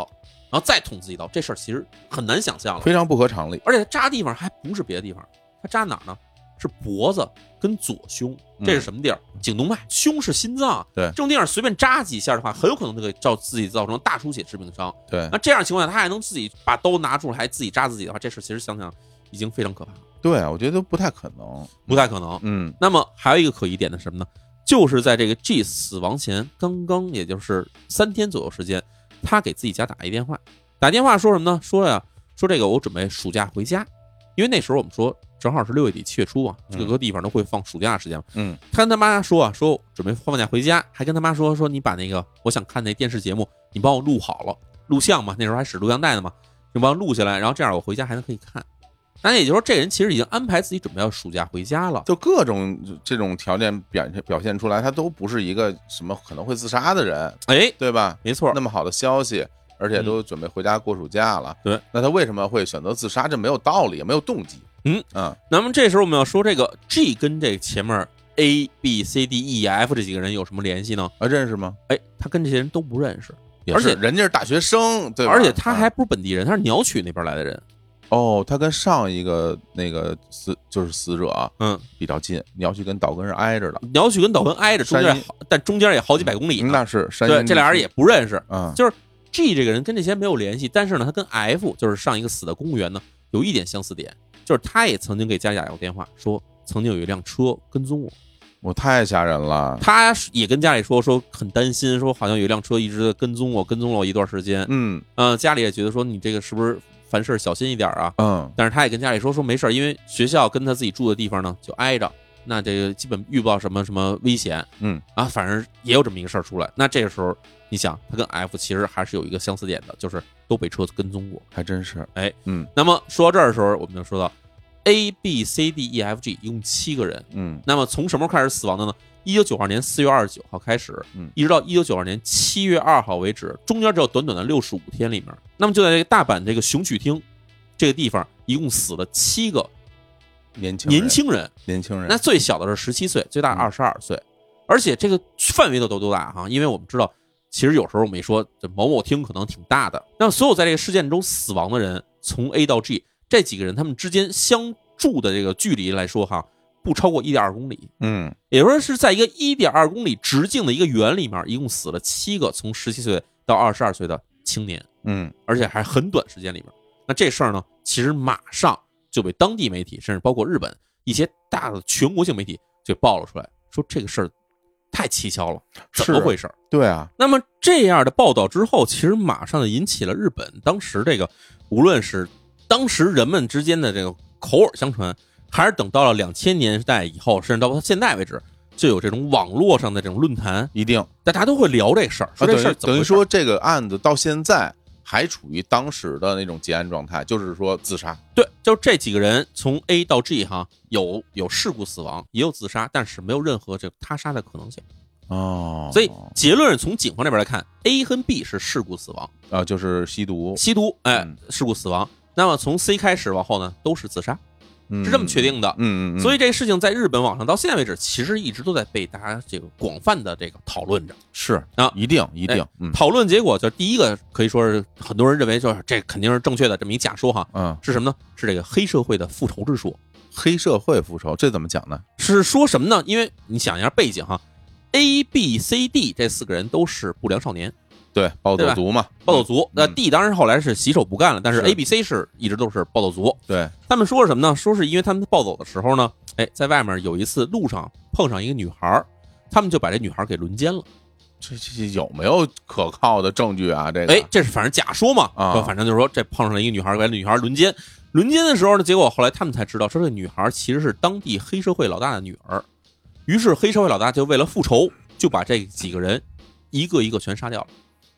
然后再捅自己一刀，这事儿其实很难想象了。
非常不合常理，
而且他扎地方还不是别的地方，他扎哪儿呢？是脖子跟左胸，
嗯
这是什么地儿？颈动脉，胸是心脏，
对
这种地方随便扎几下的话，很有可能就会造自己造成大出血致命伤。
对
那这样情况下，他还能自己把刀拿出来，还自己扎自己的话，这事儿其实想想已经非常可怕了，
对，啊我觉得不太可能，
不太可能。
嗯
那么还有一个可疑点的是什么呢？就是在这个 G 死亡前刚刚，也就是三天左右时间，他给自己家打一电话，打电话说什么呢？说呀、说这个我准备暑假回家，因为那时候我们说正好是六月底七月初啊，
嗯
各个地方都会放暑假的时间嘛。
嗯
他跟他妈说啊，说准备放假回家，还跟他妈说说你把那个我想看那电视节目，你帮我录好了，录像嘛，那时候还使录像带呢嘛，你帮我录下来，然后这样我回家还能可以看。那也就是说，这人其实已经安排自己准备要暑假回家了。
就各种这种条件表现表现出来，他都不是一个什么可能会自杀的人，
哎，
对吧？
没错，
那么好的消息，而且都准备回家过暑假了，
嗯对，
那他为什么会选择自杀？这没有道理，也没有动机。
嗯
嗯
那么这时候我们要说这个 G 跟这前面 A B C D E F 这几个人有什么联系呢？
啊，认识吗？
哎，他跟这些人都不认识，
也
而
是
且
人家是大学生，对吧？
而且他还
啊
不是本地人，他是鸟取那边来的人。
哦，他跟上一个那个死就是死者啊
嗯，
比较近，你要去跟岛根是挨着的，
鸟取跟岛根挨着，中
山
间
阴
好但中间也好几百公里呢。
那是山
嗯对，
阴
这俩人
地
也
区
不认识。
嗯
G 这个人跟这些没有联系，但是呢，他跟 F 就是上一个死的公务员呢有一点相似点，就是他也曾经给家里打过电话说。曾经有一辆车跟踪我，
我太吓人了，
他也跟家里说说很担心，说好像有一辆车一直在跟踪我，跟踪了我一段时间。
嗯
嗯，家里也觉得说你这个是不是凡事小心一点啊？
嗯
但是他也跟家里说说没事儿，因为学校跟他自己住的地方呢就挨着，那这个基本遇不到什么什么危险
嗯，
啊。反正也有这么一个事儿出来，那这个时候你想，他跟 F 其实还是有一个相似点的，就是都被车跟踪过。
还真是，
哎，
嗯
那么说到这儿的时候，我们就说到 A、B、C、D、E、F、G 一共七个人。
嗯
那么从什么时候开始死亡的呢？一九九二年四月二十九号开始，
嗯
一直到一九九二年七月二号为止，中间只有短短的六十五天里面。那么就在这个大阪这个熊曲町这个地方，一共死了七个
年轻
年
人
轻人，
年轻人，
那最小的是十七岁，最大
嗯
二十二岁，而且这个范围都都多大哈？因为我们知道，其实有时候我们一说这某某厅可能挺大的。那么所有在这个事件中死亡的人，从 A 到 G 这几个人，他们之间相住的这个距离来说哈，不超过一点二公里。
嗯
也就是说是在一个一点二公里直径的一个圆里面，一共死了七个从十七岁到二十二岁的青年，
嗯
而且还很短时间里面。那这事儿呢，其实马上就被当地媒体，甚至包括日本一些大的全国性媒体就爆了出来，说这个事儿太蹊跷了，
是
怎么回事儿？
对啊，
那么这样的报道之后，其实马上就引起了日本当时这个，无论是当时人们之间的这个口耳相传，还是等到了两千年代以后，甚至到现在为止，就有这种网络上的这种论坛，
一定
大家都会聊这事儿，
啊，
说
等
这事
于
儿怎么
等于
回事
说这个案子到现在还处于当时的那种结案状态，就是说自杀，
对，就这几个人从 A 到 G 哈，有有事故死亡，也有自杀，但是没有任何这个他杀的可能性。
哦
所以结论是从警方这边来看，A 和 B 是事故死亡，
啊，就是吸毒，
吸毒，哎
嗯，
事故死亡。那么从 C 开始往后呢，都是自杀。
嗯
是这么确定的。
嗯嗯嗯，
所
以
以这个事情在日本网上到现在为止，其实一直都在被大家这个广泛的这个讨论着。
是
啊
一定一定，嗯
讨论结果就是第一个，可以说是很多人认为就是这肯定是正确的这么一假说哈，
嗯，
是什么呢？是这个黑社会的复仇之说。
黑社会复仇这怎么讲呢？
是说什么呢？因为你想一下背景哈，A、B、C、D 这四个人都是不良少年，
对，暴
对
走
吧
族嘛，
暴走族。那
嗯
D 当然后来是洗手不干了，但是
是
A、B、C 是一直都是暴走族。
嗯对，
他们说是什么呢？说是因为他们暴走的时候呢，哎，在外面有一次路上碰上一个女孩儿，他们就把这女孩儿给轮奸了。
这这这有没有可靠的证据啊？这个，
哎，这是反正假说嘛，
啊
说反正就是说这碰上了一个女孩儿，把这女孩儿轮奸。轮奸的时候呢，结果后来他们才知道，说这女孩儿其实是当地黑社会老大的女儿。于是黑社会老大就为了复仇，就把这几个人一个一个全杀掉了。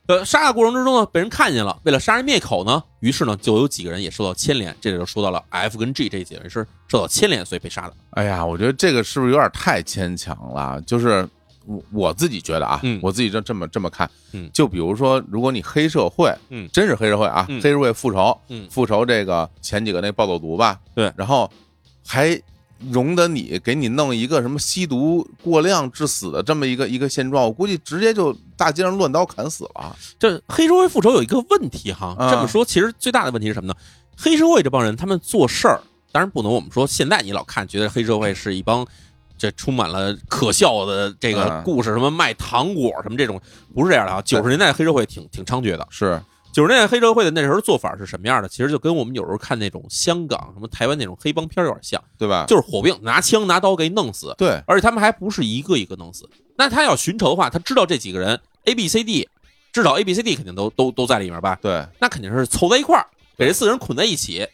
呃，杀的过程之中呢，被人看见了，为了杀人灭口呢，于是呢，就有几个人也受到牵连。这里就说到了 F 跟 G 这几个人是受到牵连，所以被杀的。
哎呀，我觉得这个是不是有点太牵强了？就是我我自己觉得啊，
嗯
我自己就这么这么看，
嗯
就比如说，如果你黑社会，
嗯
真是黑社会啊，
嗯
黑社会复仇，
嗯
复仇这个前几个那暴走族吧，
对
然后还容得你给你弄一个什么吸毒过量致死的这么一个一个现状，我估计直接就大街上乱刀砍死了，
这黑社会复仇有一个问题哈，
啊
这么说其实最大的问题是什么呢？黑社会这帮人他们做事儿，当然不能我们说现在你老看觉得黑社会是一帮这充满了可笑的这个
嗯
故事，什么卖糖果什么这种，不是这样的啊。九十年代黑社会挺挺猖獗的，
是
九十年代黑社会的那时候做法是什么样的？其实就跟我们有时候看那种香港什么台湾那种黑帮片儿有点像，
对吧？
就是火并拿枪拿刀给弄死，
对，
而且他们还不是一个一个弄死。那他要寻仇的话，他知道这几个人 A、B、C、D，至少 A、B、C、D 肯定都都都在里面吧？
对，
那肯定是凑在一块儿，给这四个人捆在一起，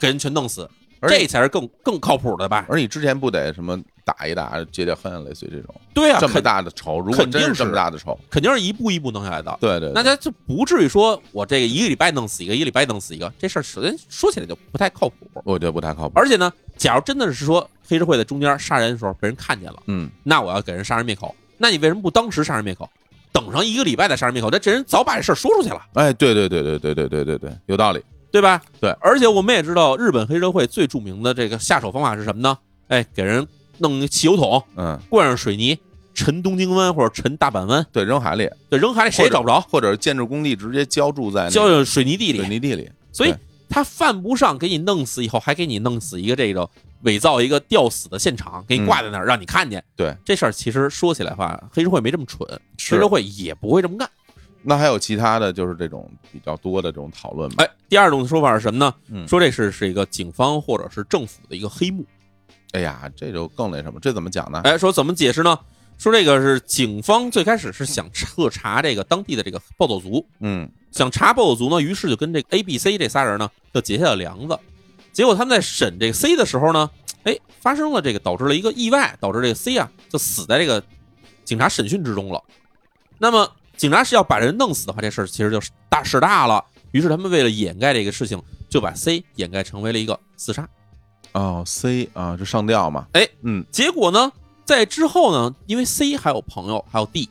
给人全弄死，
而且
这才是更更靠谱的吧？
而你之前不得什么打一打结结恨，类似于这种
对啊，
这么
肯
大的仇，如果
肯定
真是
是
这么大的仇，
肯定是一步一步弄下来的。
对对，对
那他就不至于说我这个一个礼拜弄死一个，一个礼拜弄死一个，这事儿首先说起来就不太靠谱。
我觉得不太靠谱。
而且呢，假如真的是说黑社会在中间杀人的时候被人看见了。
嗯，
那我要给人杀人灭口，那你为什么不当时杀人灭口？等上一个礼拜再杀人灭口，那这人早把这事儿说出去了，
哎，对对对对对对对对对，有道理。
对吧？
对
而且我们也知道，日本黑社会最著名的这个下手方法是什么呢？哎，给人弄一汽油桶，
嗯，
灌上水泥，沉东京湾或者沉大阪湾，
对，扔海里，
对，扔海里谁也找不着，
或者是建筑工地直接浇筑在那
浇
个
进水泥地
水
里。
泥地里。
所以
对
他犯不上给你弄死以后，还给你弄死一个这个伪造一个吊死的现场，给你挂在那儿、让你看见。
嗯对
这事儿其实说起来的话，黑社会没这么蠢，黑
是
社会也不会这么干。
那还有其他的就是这种比较多的这种讨论吗？
哎，第二种说法是什么呢？
嗯
说这是是一个警方或者是政府的一个黑幕。
哎呀，这就更那什么，这怎么讲呢？
哎，说怎么解释呢？说这个是警方最开始是想彻查这个当地的这个暴走族，
嗯，
想查暴走族呢，于是就跟这个 A、B、C 这仨人呢就结下了梁子。结果他们在审这个 C 的时候呢，哎，发生了这个导致了一个意外，导致这个 C 啊就死在这个警察审讯之中了。那么警察是要把人弄死的话，这事儿其实就是大事大了。于是他们为了掩盖这个事情，就把 C 掩盖成为了一个自杀。
哦，C 啊，这上吊嘛。
哎，
嗯，
结果呢，在之后呢，因为 C 还有朋友，还有 D，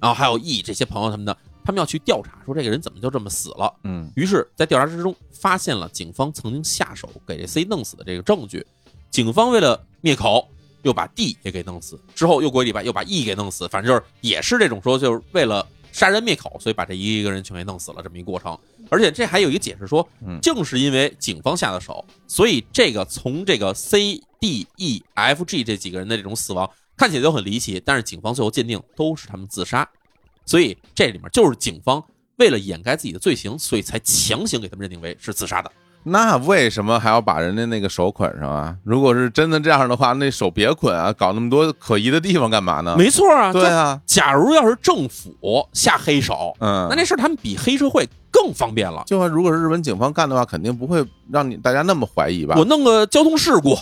然后还有 E 这些朋友他们的，他们要去调查，说这个人怎么就这么死了。
嗯，
于是，在调查之中发现了警方曾经下手给这 C 弄死的这个证据。警方为了灭口，又把 D 也给弄死，之后又过一礼拜又把 E 给弄死，反正就是也是这种说，就是为了杀人灭口，所以把这一个人全给弄死了这么一过程。嗯而且这还有一个解释说
嗯，
正是因为警方下的手，所以这个从这个 C、D、E、F、G 这几个人的这种死亡看起来都很离奇，但是警方最后鉴定都是他们自杀，所以这里面就是警方为了掩盖自己的罪行，所以才强行给他们认定为是自杀的。
那为什么还要把人家那个手捆上啊？如果是真的这样的话，那手别捆啊，搞那么多可疑的地方干嘛呢？
没错啊，
对
就
啊，
假如要是政府下黑手，
嗯，
那这事儿他们比黑社会更方便了。
就算如果是日本警方干的话，肯定不会让你大家那么怀疑吧？
我弄个交通事故，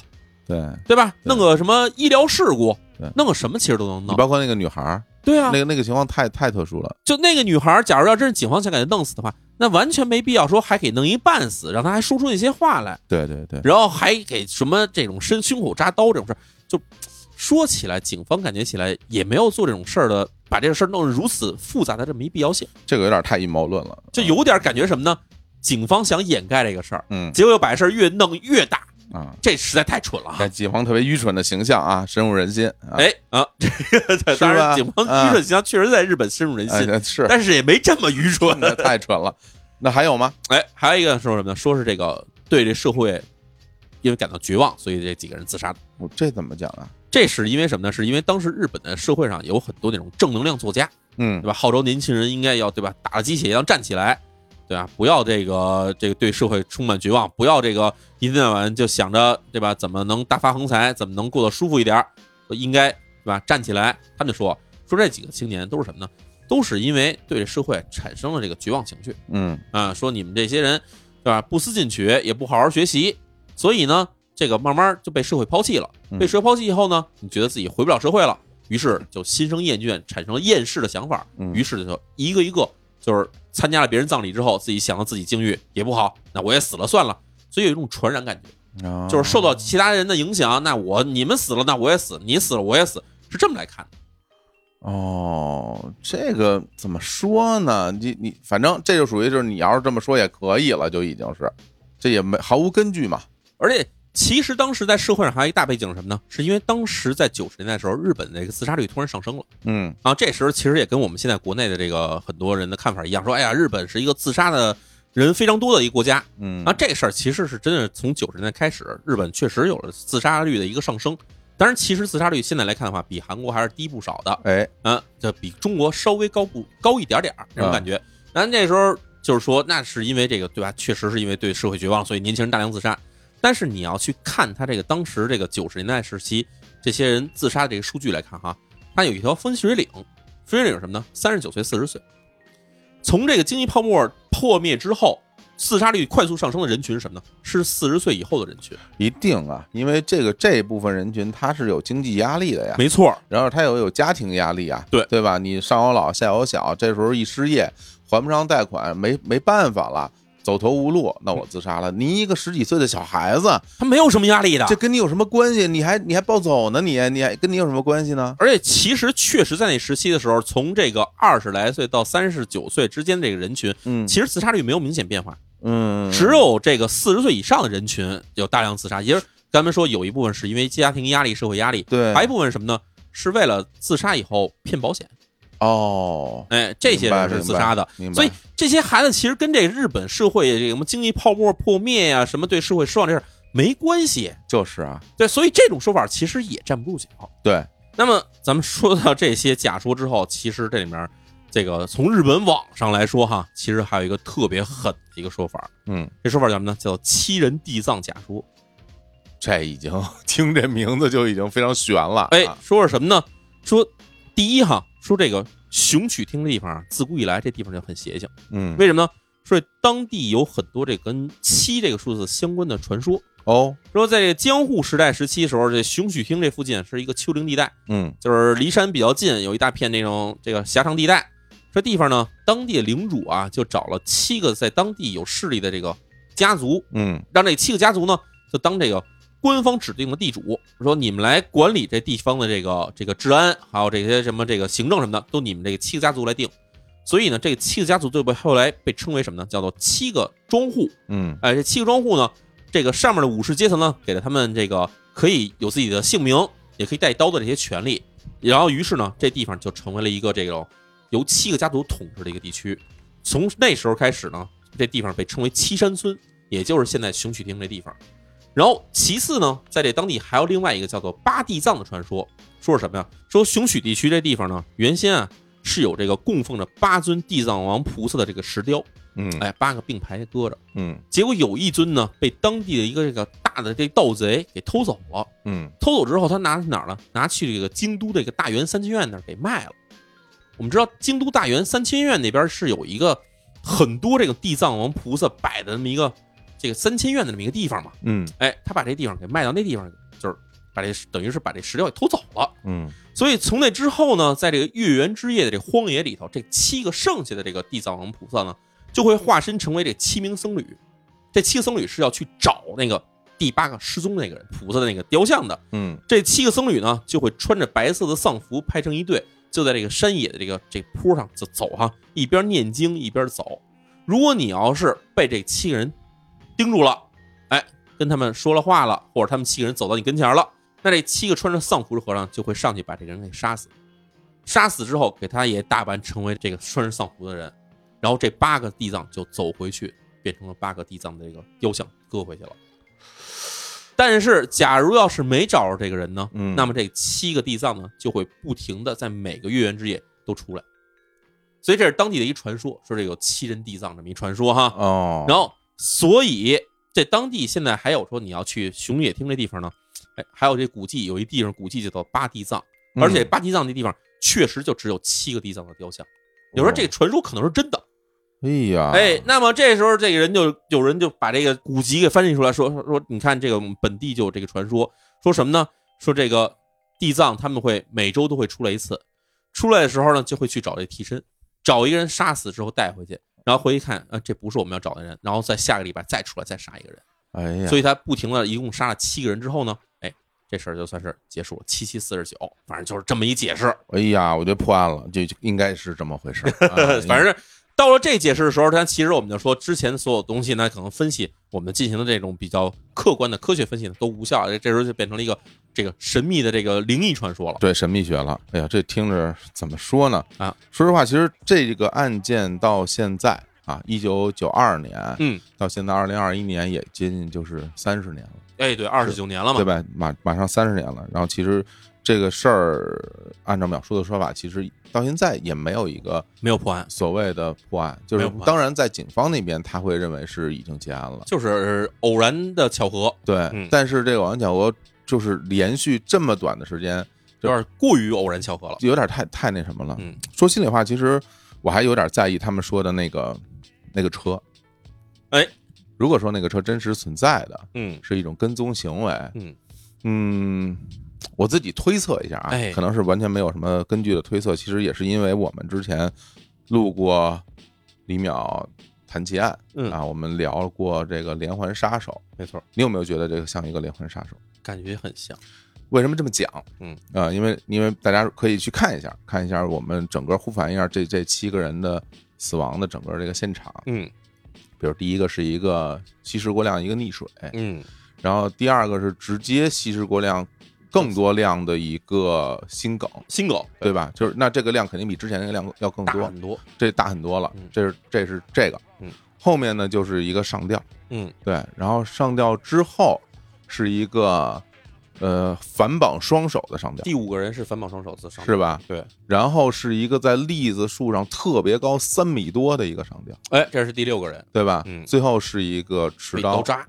对，
对吧？
对
弄个什么医疗事故
对，
弄个什么其实都能
你
弄。
包括那个女孩儿，
对啊
那，个那个情况太太特殊了。
就那个女孩儿，假如要真是警方想给她弄死的话，那完全没必要说还给弄一半死，让她还说出那些话来，
对对对，
然后还给什么这种伸胸口扎刀这种事儿，就说起来，警方感觉起来也没有做这种事儿的，把这个事儿弄得如此复杂的这么一必要性，
这个有点太阴谋论了。
就有点感觉什么呢？警方想掩盖这个事儿，
嗯，
结果又把这事儿越弄越大，
啊，
这实在太蠢了啊！
但景鹏特别愚蠢的形象啊，深入人心啊，
哎啊，这个
是
当然，
吧
警方
啊
愚蠢形象确实在日本深入人 心，
哎是
但是也没这么愚蠢。
那太蠢了。那还有吗？
哎，还有一个说什么呢？说是这个对这社会因为感到绝望，所以这几个人自杀的。
我这怎么讲啊？
这是因为什么呢？是因为当时日本的社会上有很多那种正能量作家，
嗯
对吧？号召年轻人应该要对吧，打了鸡血一样站起来，对吧？不要这个这个对社会充满绝望，不要这个一天到晚就想着对吧，怎么能大发横财，怎么能过得舒服一点儿，应该对吧？站起来，他们就说说这几个青年都是什么呢？都是因为对这社会产生了这个绝望情绪
嗯
啊、说你们这些人对吧，不思进取，也不好好学习，所以呢，这个慢慢就被社会抛弃了。
嗯
被社会抛弃以后呢，你觉得自己回不了社会了，于是就心生厌倦，产生了厌世的想法，
嗯
于是就一个一个就是参加了别人葬礼之后，自己想到自己境遇也不好，那我也死了算了，所以有一种传染感觉，
啊
就是受到其他人的影响，那我你们死了，那我也死，你死了我也死，是这么来看的。
哦，这个怎么说呢？你你反正这就属于就是你要是这么说也可以了，就已经是，这也没毫无根据嘛。
而且其实当时在社会上还有一大背景是什么呢？是因为当时在九十年代的时候，日本的这个自杀率突然上升了。
嗯
然后这时候其实也跟我们现在国内的这个很多人的看法一样，说哎呀，日本是一个自杀的人非常多的一个国家。
嗯
然后这个事儿其实是真的是从九十年代开始，日本确实有了自杀率的一个上升。当然，其实自杀率现在来看的话，比韩国还是低不少的，
哎
嗯，就比中国稍微高不高一点点儿那
嗯
种感觉。然后那时候就是说，那是因为这个对吧？确实是因为对社会绝望，所以年轻人大量自杀。但是你要去看他这个当时这个九十年代时期这些人自杀的这个数据来看哈，它有一条分水岭，分水岭是什么呢？三十九岁、四十岁，从这个经济泡沫破灭之后，自杀率快速上升的人群是什么呢？是四十岁以后的人群。
一定啊，因为这个这部分人群他是有经济压力的呀，
没错，
然后他有有家庭压力啊，
对
对吧？你上有老下有小，这时候一失业还不上贷款，没没办法了，走投无路，那我自杀
嗯
了。你一个十几岁的小孩子，
他没有什么压力的
这。跟你有什么关系？你还你还暴走呢？你你还跟你有什么关系呢？
而且其实确实在那时期的时候，从这个二十来岁到三十九岁之间这个人群，
嗯
其实自杀率没有明显变化，
嗯，
只有这个四十岁以上的人群有大量自杀。也就是咱们说，有一部分是因为家庭压力、社会压力，
对，
还有一部分是什么呢？是为了自杀以后骗保险。
哦，
哎，这些人是自杀的，
明白明白明白
所以这些孩子其实跟这日本社会这个什么经济泡沫破灭呀、什么对社会失望这事儿没关系。
就是啊，
对，所以这种说法其实也站不住脚。
对，
那么咱们说到这些假说之后，其实这里面这个从日本网上来说哈，其实还有一个特别狠的一个说法，
嗯，
这说法叫什么呢？叫七人地藏假说。
这已经 听这名字就已经非常悬了啊，
哎，说是什么呢？说第一哈，说这个熊曲町这地方啊，自古以来这地方就很邪性。
嗯，
为什么呢？说当地有很多这跟七这个数字相关的传说。
哦，
说在这个江户时代时期的时候，这熊曲町这附近是一个丘陵地带，
嗯
就是离山比较近，有一大片那种这个狭长地带。这地方呢，当地的领主啊，就找了七个在当地有势力的这个家族，
嗯
让这七个家族呢，就当这个官方指定的地主，说你们来管理这地方的这个这个治安，还有这些什么这个行政什么的，都你们这个七个家族来定。所以呢，这个七个家族就被后来被称为什么呢？叫做七个庄户。
嗯
哎，这七个庄户呢，这个上面的武士阶层呢，给了他们这个可以有自己的姓名，也可以带刀的这些权利。然后，于是呢，这地方就成为了一个这种由七个家族统治的一个地区。从那时候开始呢，这地方被称为七山村，也就是现在熊曲町这地方。然后，其次呢，在这当地还有另外一个叫做八地藏的传说，说是什么呀？说熊曲地区这地方呢，原先啊是有这个供奉着八尊地藏王菩萨的这个石雕，
嗯
哎，八个并排搁着。
嗯
结果有一尊呢被当地的一个这个大的这盗贼给偷走了。
嗯，
偷走之后，他拿去哪儿了？拿去这个京都这个大员三千院那儿给卖了。我们知道京都大员三千院那边是有一个很多这个地藏王菩萨摆的那么一个这个三千院的那么一个地方嘛。
嗯
哎，他把这地方给卖到那地方，就是把这等于是把这石雕给偷走了。
嗯
所以从那之后呢，在这个月圆之夜的这荒野里头，这七个剩下的这个地藏王菩萨呢，就会化身成为这七名僧侣。这七个僧侣是要去找那个第八个失踪的那个人菩萨的那个雕像的。
嗯
这七个僧侣呢，就会穿着白色的丧服排成一队，就在这个山野的这个这坡上就走哈，一边念经一边走。如果你要是被这七个人盯住了，哎，跟他们说了话了，或者他们七个人走到你跟前儿了，那这七个穿着丧服的和尚就会上去把这个人给杀死。杀死之后，给他也打扮成为这个穿着丧服的人，然后这八个地藏就走回去，变成了八个地藏的这个雕像搁回去了。但是，假如要是没找着这个人呢，
嗯
那么这七个地藏呢，就会不停的在每个月圆之夜都出来。所以这是当地的一传说，说这有七人地藏这么一传说哈。
哦，
然后，所以这当地现在还有说你要去熊野町这地方呢，哎，还有这古迹，有一地方古迹叫做八地藏，
嗯
而且八地藏这地方确实就只有七个地藏的雕像。有时候这个传说可能是真的，
哎呀，
哎，那么这时候这个人就有人就把这个古籍给翻译出来说，说说你看这个我们本地就有这个传说，说什么呢？说这个地藏他们会每周都会出来一次，出来的时候呢就会去找这替身，找一个人杀死之后带回去，然后回去看，呃，这不是我们要找的人，然后在下个礼拜再出来再杀一个人，
哎呀，
所以他不停的一共杀了七个人之后呢，哎，这事儿就算是结束了，七七四十九，反正就是这么一解释。
哎呀，我觉得破案了，就就应该是这么回 事儿。啊
呃反正到了这解释的时候，它其实我们就说之前所有东西呢，可能分析我们进行的这种比较客观的科学分析呢都无效，这这时候就变成了一个这个神秘的这个灵异传说了。
对神秘学了。哎呀，这听着怎么说呢？
啊，
说实话，其实这个案件到现在啊，一九九二年，
嗯，
到现在二零二一年，也接近就是三十年了，
哎，对，二十九年了嘛，
对吧？马马上三十年了。然后其实这个事儿，按照淼叔的说法，其实到现在也没有一个
没有破案，
所谓的破案，就
没
是
有破案
当然在警方那边他会认为是已经结案了，
就是偶然的巧合，
对。
嗯
但是这个王巧娥就是连续这么短的时间，
有点过于偶然巧合了。
有点太太那什么了。
嗯，
说心里话，其实我还有点在意他们说的那个那个车。
哎，
如果说那个车真实存在的，
嗯
是一种跟踪行为，
嗯
嗯，我自己推测一下啊，
哎
可能是完全没有什么根据的推测。其实也是因为我们之前录过李淼谈奇案、
嗯，
啊，我们聊过这个连环杀手，
没错，
你有没有觉得这个像一个连环杀手？
感觉很像。
为什么这么讲？
嗯
啊、因为因为大家可以去看一下，看一下我们整个互反一下这这七个人的死亡的整个这个现场。
嗯
比如第一个是一个吸食过量一个溺水，
嗯，
然后第二个是直接吸食过量更多量的一个心梗，
新狗
对吧？就是那这个量肯定比之前那个量要更
大
多，
很多。
这大很多了
嗯。
这是这是这个，
嗯，
后面呢就是一个上吊，
嗯
对，然后上吊之后是一个呃反绑双手的上吊。
第五个人是反绑双手自伤，
是？吧？
对，
然后是一个在栗子树上特别高三米多的一个上吊，
哎，这是第六个人，
对吧？
嗯
最后是一个持
被
刀
刀。扎。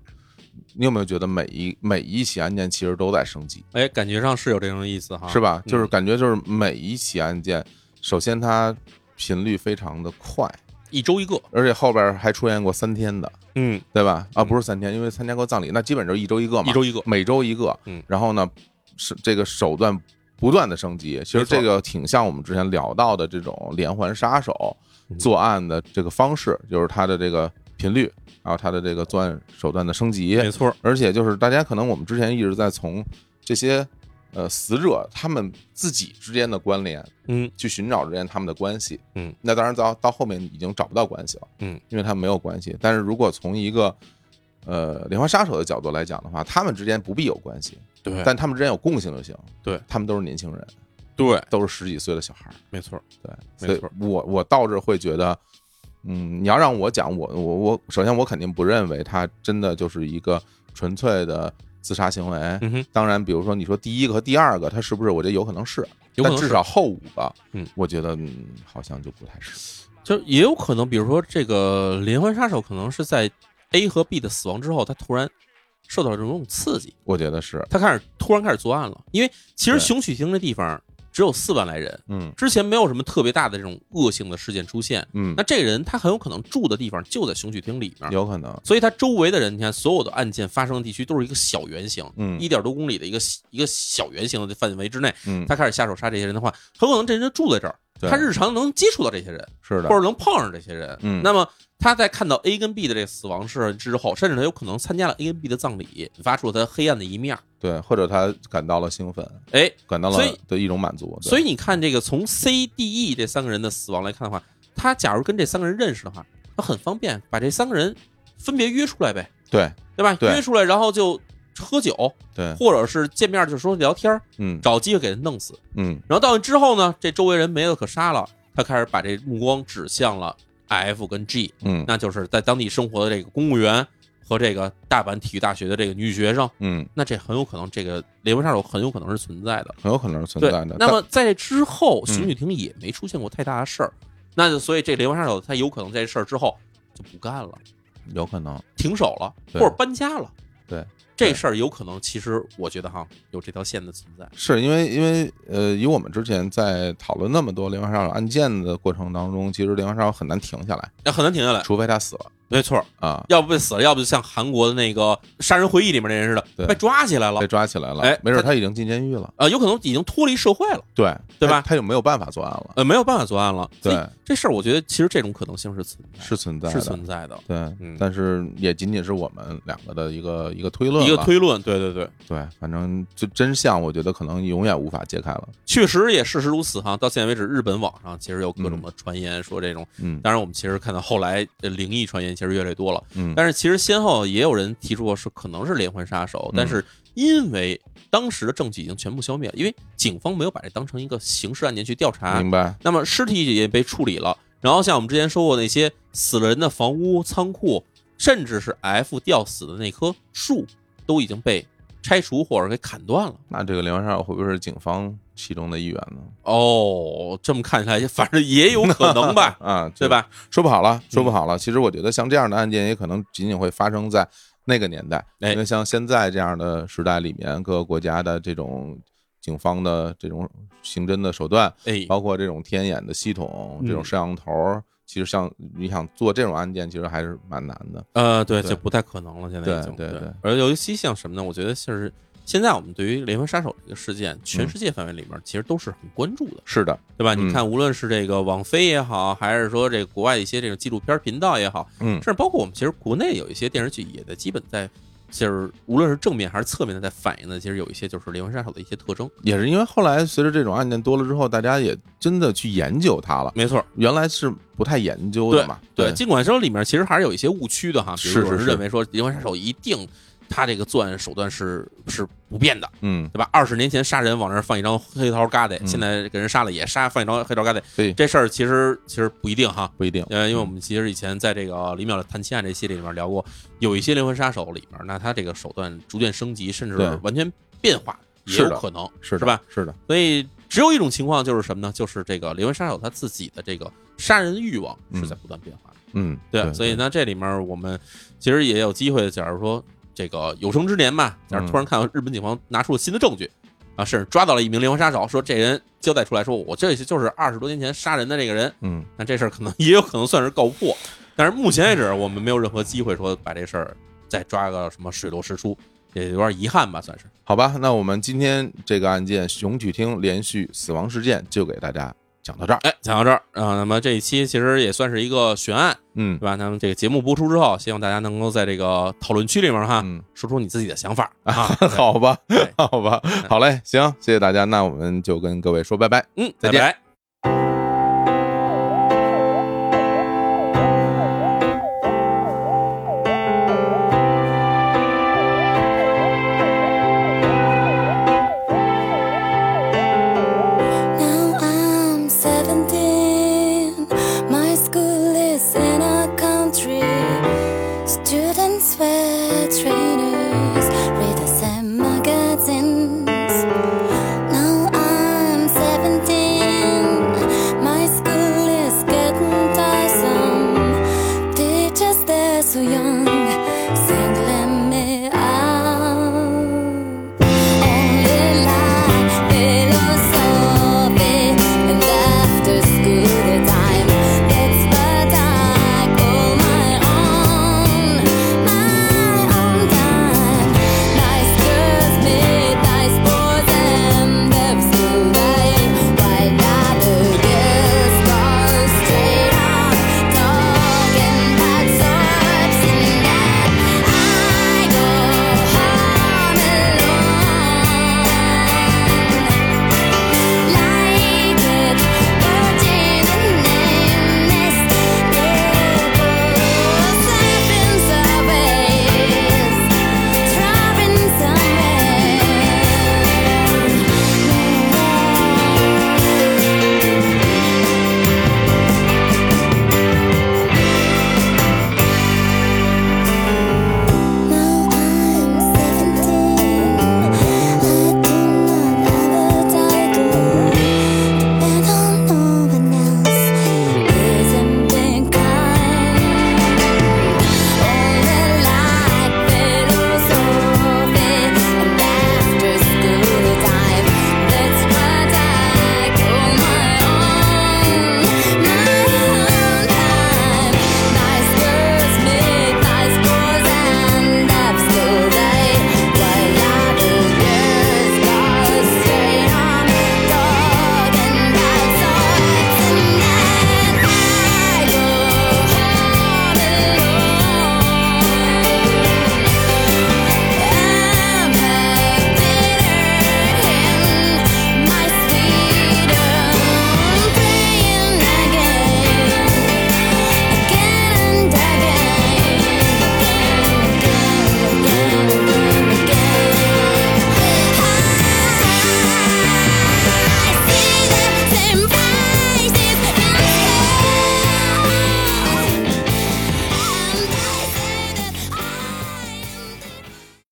你有没有觉得每一每一起案件其实都在升级，
哎，感觉上是有这种意思哈，
是吧？
嗯
就是感觉就是每一起案件，首先它频率非常的快，
一周一个。
而且后边还出现过三天的，
嗯，
对吧？啊，
嗯
不是三天，因为参加过葬礼，那基本就是一周一个嘛，
一周一个。
每周一个。
嗯
然后呢，是这个手段不断的升级，其实
没错
这个挺像我们之前聊到的这种连环杀手
嗯
作案的这个方式，就是它的这个频率，还有它的这个作案手段的升级。
没错，
而且就是大家可能我们之前一直在从这些呃死者他们自己之间的关联
嗯，
去寻找之间他们的关系。
嗯，
那当然到到后面已经找不到关系了。
嗯，
因为他们没有关系。但是如果从一个呃连环杀手的角度来讲的话，他们之间不必有关系，
对
但他们之间有共性就行。
对，
他们都是年轻人，
对，
都是十几岁的小孩儿。
没错，
对，
没
所以
错
我我倒是会觉得，嗯，你要让我讲，我我我，首先我肯定不认为他真的就是一个纯粹的自杀行为。
嗯哼，
当然，比如说你说第一个和第二个，他是不是？我觉得有可能是，
有可能
但至
是
少后五个，
嗯，
我觉得、嗯、好像就不太是。
就也有可能，比如说这个连环杀手可能是在 A 和 B 的死亡之后，他突然受到了这种刺激，
我觉得是，
他开始突然开始作案了。因为其实
对
熊取町这地方只有四万来人，
嗯
之前没有什么特别大的这种恶性的事件出现。
嗯
那，这人他很有可能住的地方就在熊取町里面，
有可能，
所以他周围的人，你看所有的案件发生的地区都是一个小圆形，
嗯
一点多公里的一个一个小圆形的范围之内，
嗯，
他开始下手杀这些人的话，很可能这人就住在这儿，
对
他日常能接触到这些人，
是
或
的，
者能碰上这些人。
嗯
那么他在看到 A 跟 B 的这个死亡事件之后，甚至他有可能参加了 A 跟 B 的葬礼，引发出了他黑暗的一面。
对，或者他感到了兴奋，
哎，
感到了
所以
的一种满足。对
所以你看这个从 C、D、E 这三个人的死亡来看的话，他假如跟这三个人认识的话，那很方便，把这三个人分别约出来呗。
对
对吧？
对
约出来，然后就喝酒，
对，
或者是见面就说聊天儿，
嗯
找机会给他弄死。
嗯
然后到之后呢，这周围人没了可杀了，他开始把这目光指向了 F 跟 G，
嗯
那就是在当地生活的这个公务员和这个大阪体育大学的这个女学生。
嗯，
那这很有可能，这个连环杀手很有可能是存在的。
很有可能是存
对
在的。，
那么在这之后，
嗯
熊女婷也没出现过太大的事儿，那就所以这连环杀手他有可能在这事儿之后就不干了，
但有可能，
停手了，
对
或者搬家了。
对，
这事儿有可能，其实我觉得哈有这条线的存在。
是因为因为呃，以我们之前在讨论那么多连环杀手案件的过程当中，其实连环杀手很难停下来，
那很难停下来，
除非他死了
没错儿，
啊，
要不被死了，要不就像韩国的那个《杀人回忆》里面那人似
对
的，被抓起来了
被，抓起来了，
哎
没准
他
他已经进监狱了，
呃，有可能已经脱离社会了，
对
对
他
吧
他就没有办法作案了，
呃，没有办法作案了。所以
对，
这事儿我觉得其实这种可能性是存在
是存在
是
的。
存在的，
对
嗯，
但是也仅仅是我们两个的一个一个推论了，
一个推论。对对对，
对，反正就真相，我觉得可能永远无法揭开了。
确实也事实如此哈。到现在为止，日本网上其实有各种的传言说这种，
嗯
当然我们其实看到后来这灵异传言其实越来越多了，
嗯，
但是其实先后也有人提出过是可能是连环杀手，
嗯
但是因为当时的证据已经全部消灭了，因为警方没有把这当成一个刑事案件去调查
明，白。
那么尸体也被处理了。然后像我们之前说过那些死了人的房屋、仓库，甚至是 F 吊死的那棵树，都已经被拆除或者给砍断了。
那这个连环杀手会不会是警方其中的一员呢？
哦，这么看起来，反正也有可能 吧，
啊，这
对？吧？
说不好了，
嗯
说不好了。其实我觉得像这样的案件，也可能仅仅会发生在那个年代，
哎
因为像现在这样的时代里面，各个国家的这种警方的这种刑侦的手段，
哎，
包括这种天眼的系统、这种
嗯
摄像头，其实像你想做这种案件，其实还是蛮难的。
呃，对，
对
这不太可能了，现在已经
对对对
而尤其像什么呢？我觉得就是现在我们对于连环杀手这个事件，
嗯
全世界范围里面其实都是很关注的，
是的，
对吧？
嗯
你看，无论是这个网飞也好，还是说这个国外的一些这个纪录片频道也好，
嗯
甚至包括我们其实国内有一些电视剧也在基本在。就是无论是正面还是侧面的，在反映的，其实有一些就是连环杀手的一些特征。
也是因为后来随着这种案件多了之后，大家也真的去研究它了。
没错，
原来是不太研究的嘛，
对，尽管说里面其实还是有一些误区的哈，比
是
如有
是
人
是
认为说连环杀手一定他这个作案手段是是不变的，
嗯，
对吧？二十年前杀人往那儿放一张黑桃疙瘩，
嗯
现在给人杀了也杀放一张黑桃疙瘩，
对
这事儿其实其实不一定哈。
不一定，
呃，因为我们其实以前在这个李淼的谈情案这系列里面聊过，有一些连环杀手里面，那他这个手段逐渐升级，甚至
对
完全变化也
是
有
的
可能。
是的
是吧？
是的，
所以只有一种情况就是什么呢？就是这个连环杀手他自己的这个杀人欲望是在不断变化的。
嗯，
对，啊所以呢，这里面我们其实也有机会，假如说这个有生之年吧，假如突然
嗯
看到日本警方拿出了新的证据，啊，甚至抓到了一名连环杀手，说这人交代出来说，我这就是二十多年前杀人的这个人，
嗯，
那这事儿可能 也有可能算是告破，但是目前为止我们没有任何机会说把这事儿再抓个什么水落石出，也有点遗憾吧，算是。
好吧，那我们今天这个案件熊曲厅连续死亡事件就给大家讲到这儿，
哎，讲到这儿啊、那么这一期其实也算是一个悬案，
嗯
对吧？那么这个节目播出之后，希望大家能够在这个讨论区里面哈，
嗯，
说出你自己的想法 啊。
好吧
对，
好吧，好嘞，行，谢谢大家，那我们就跟各位说拜拜。
嗯，
再
拜
见
拜。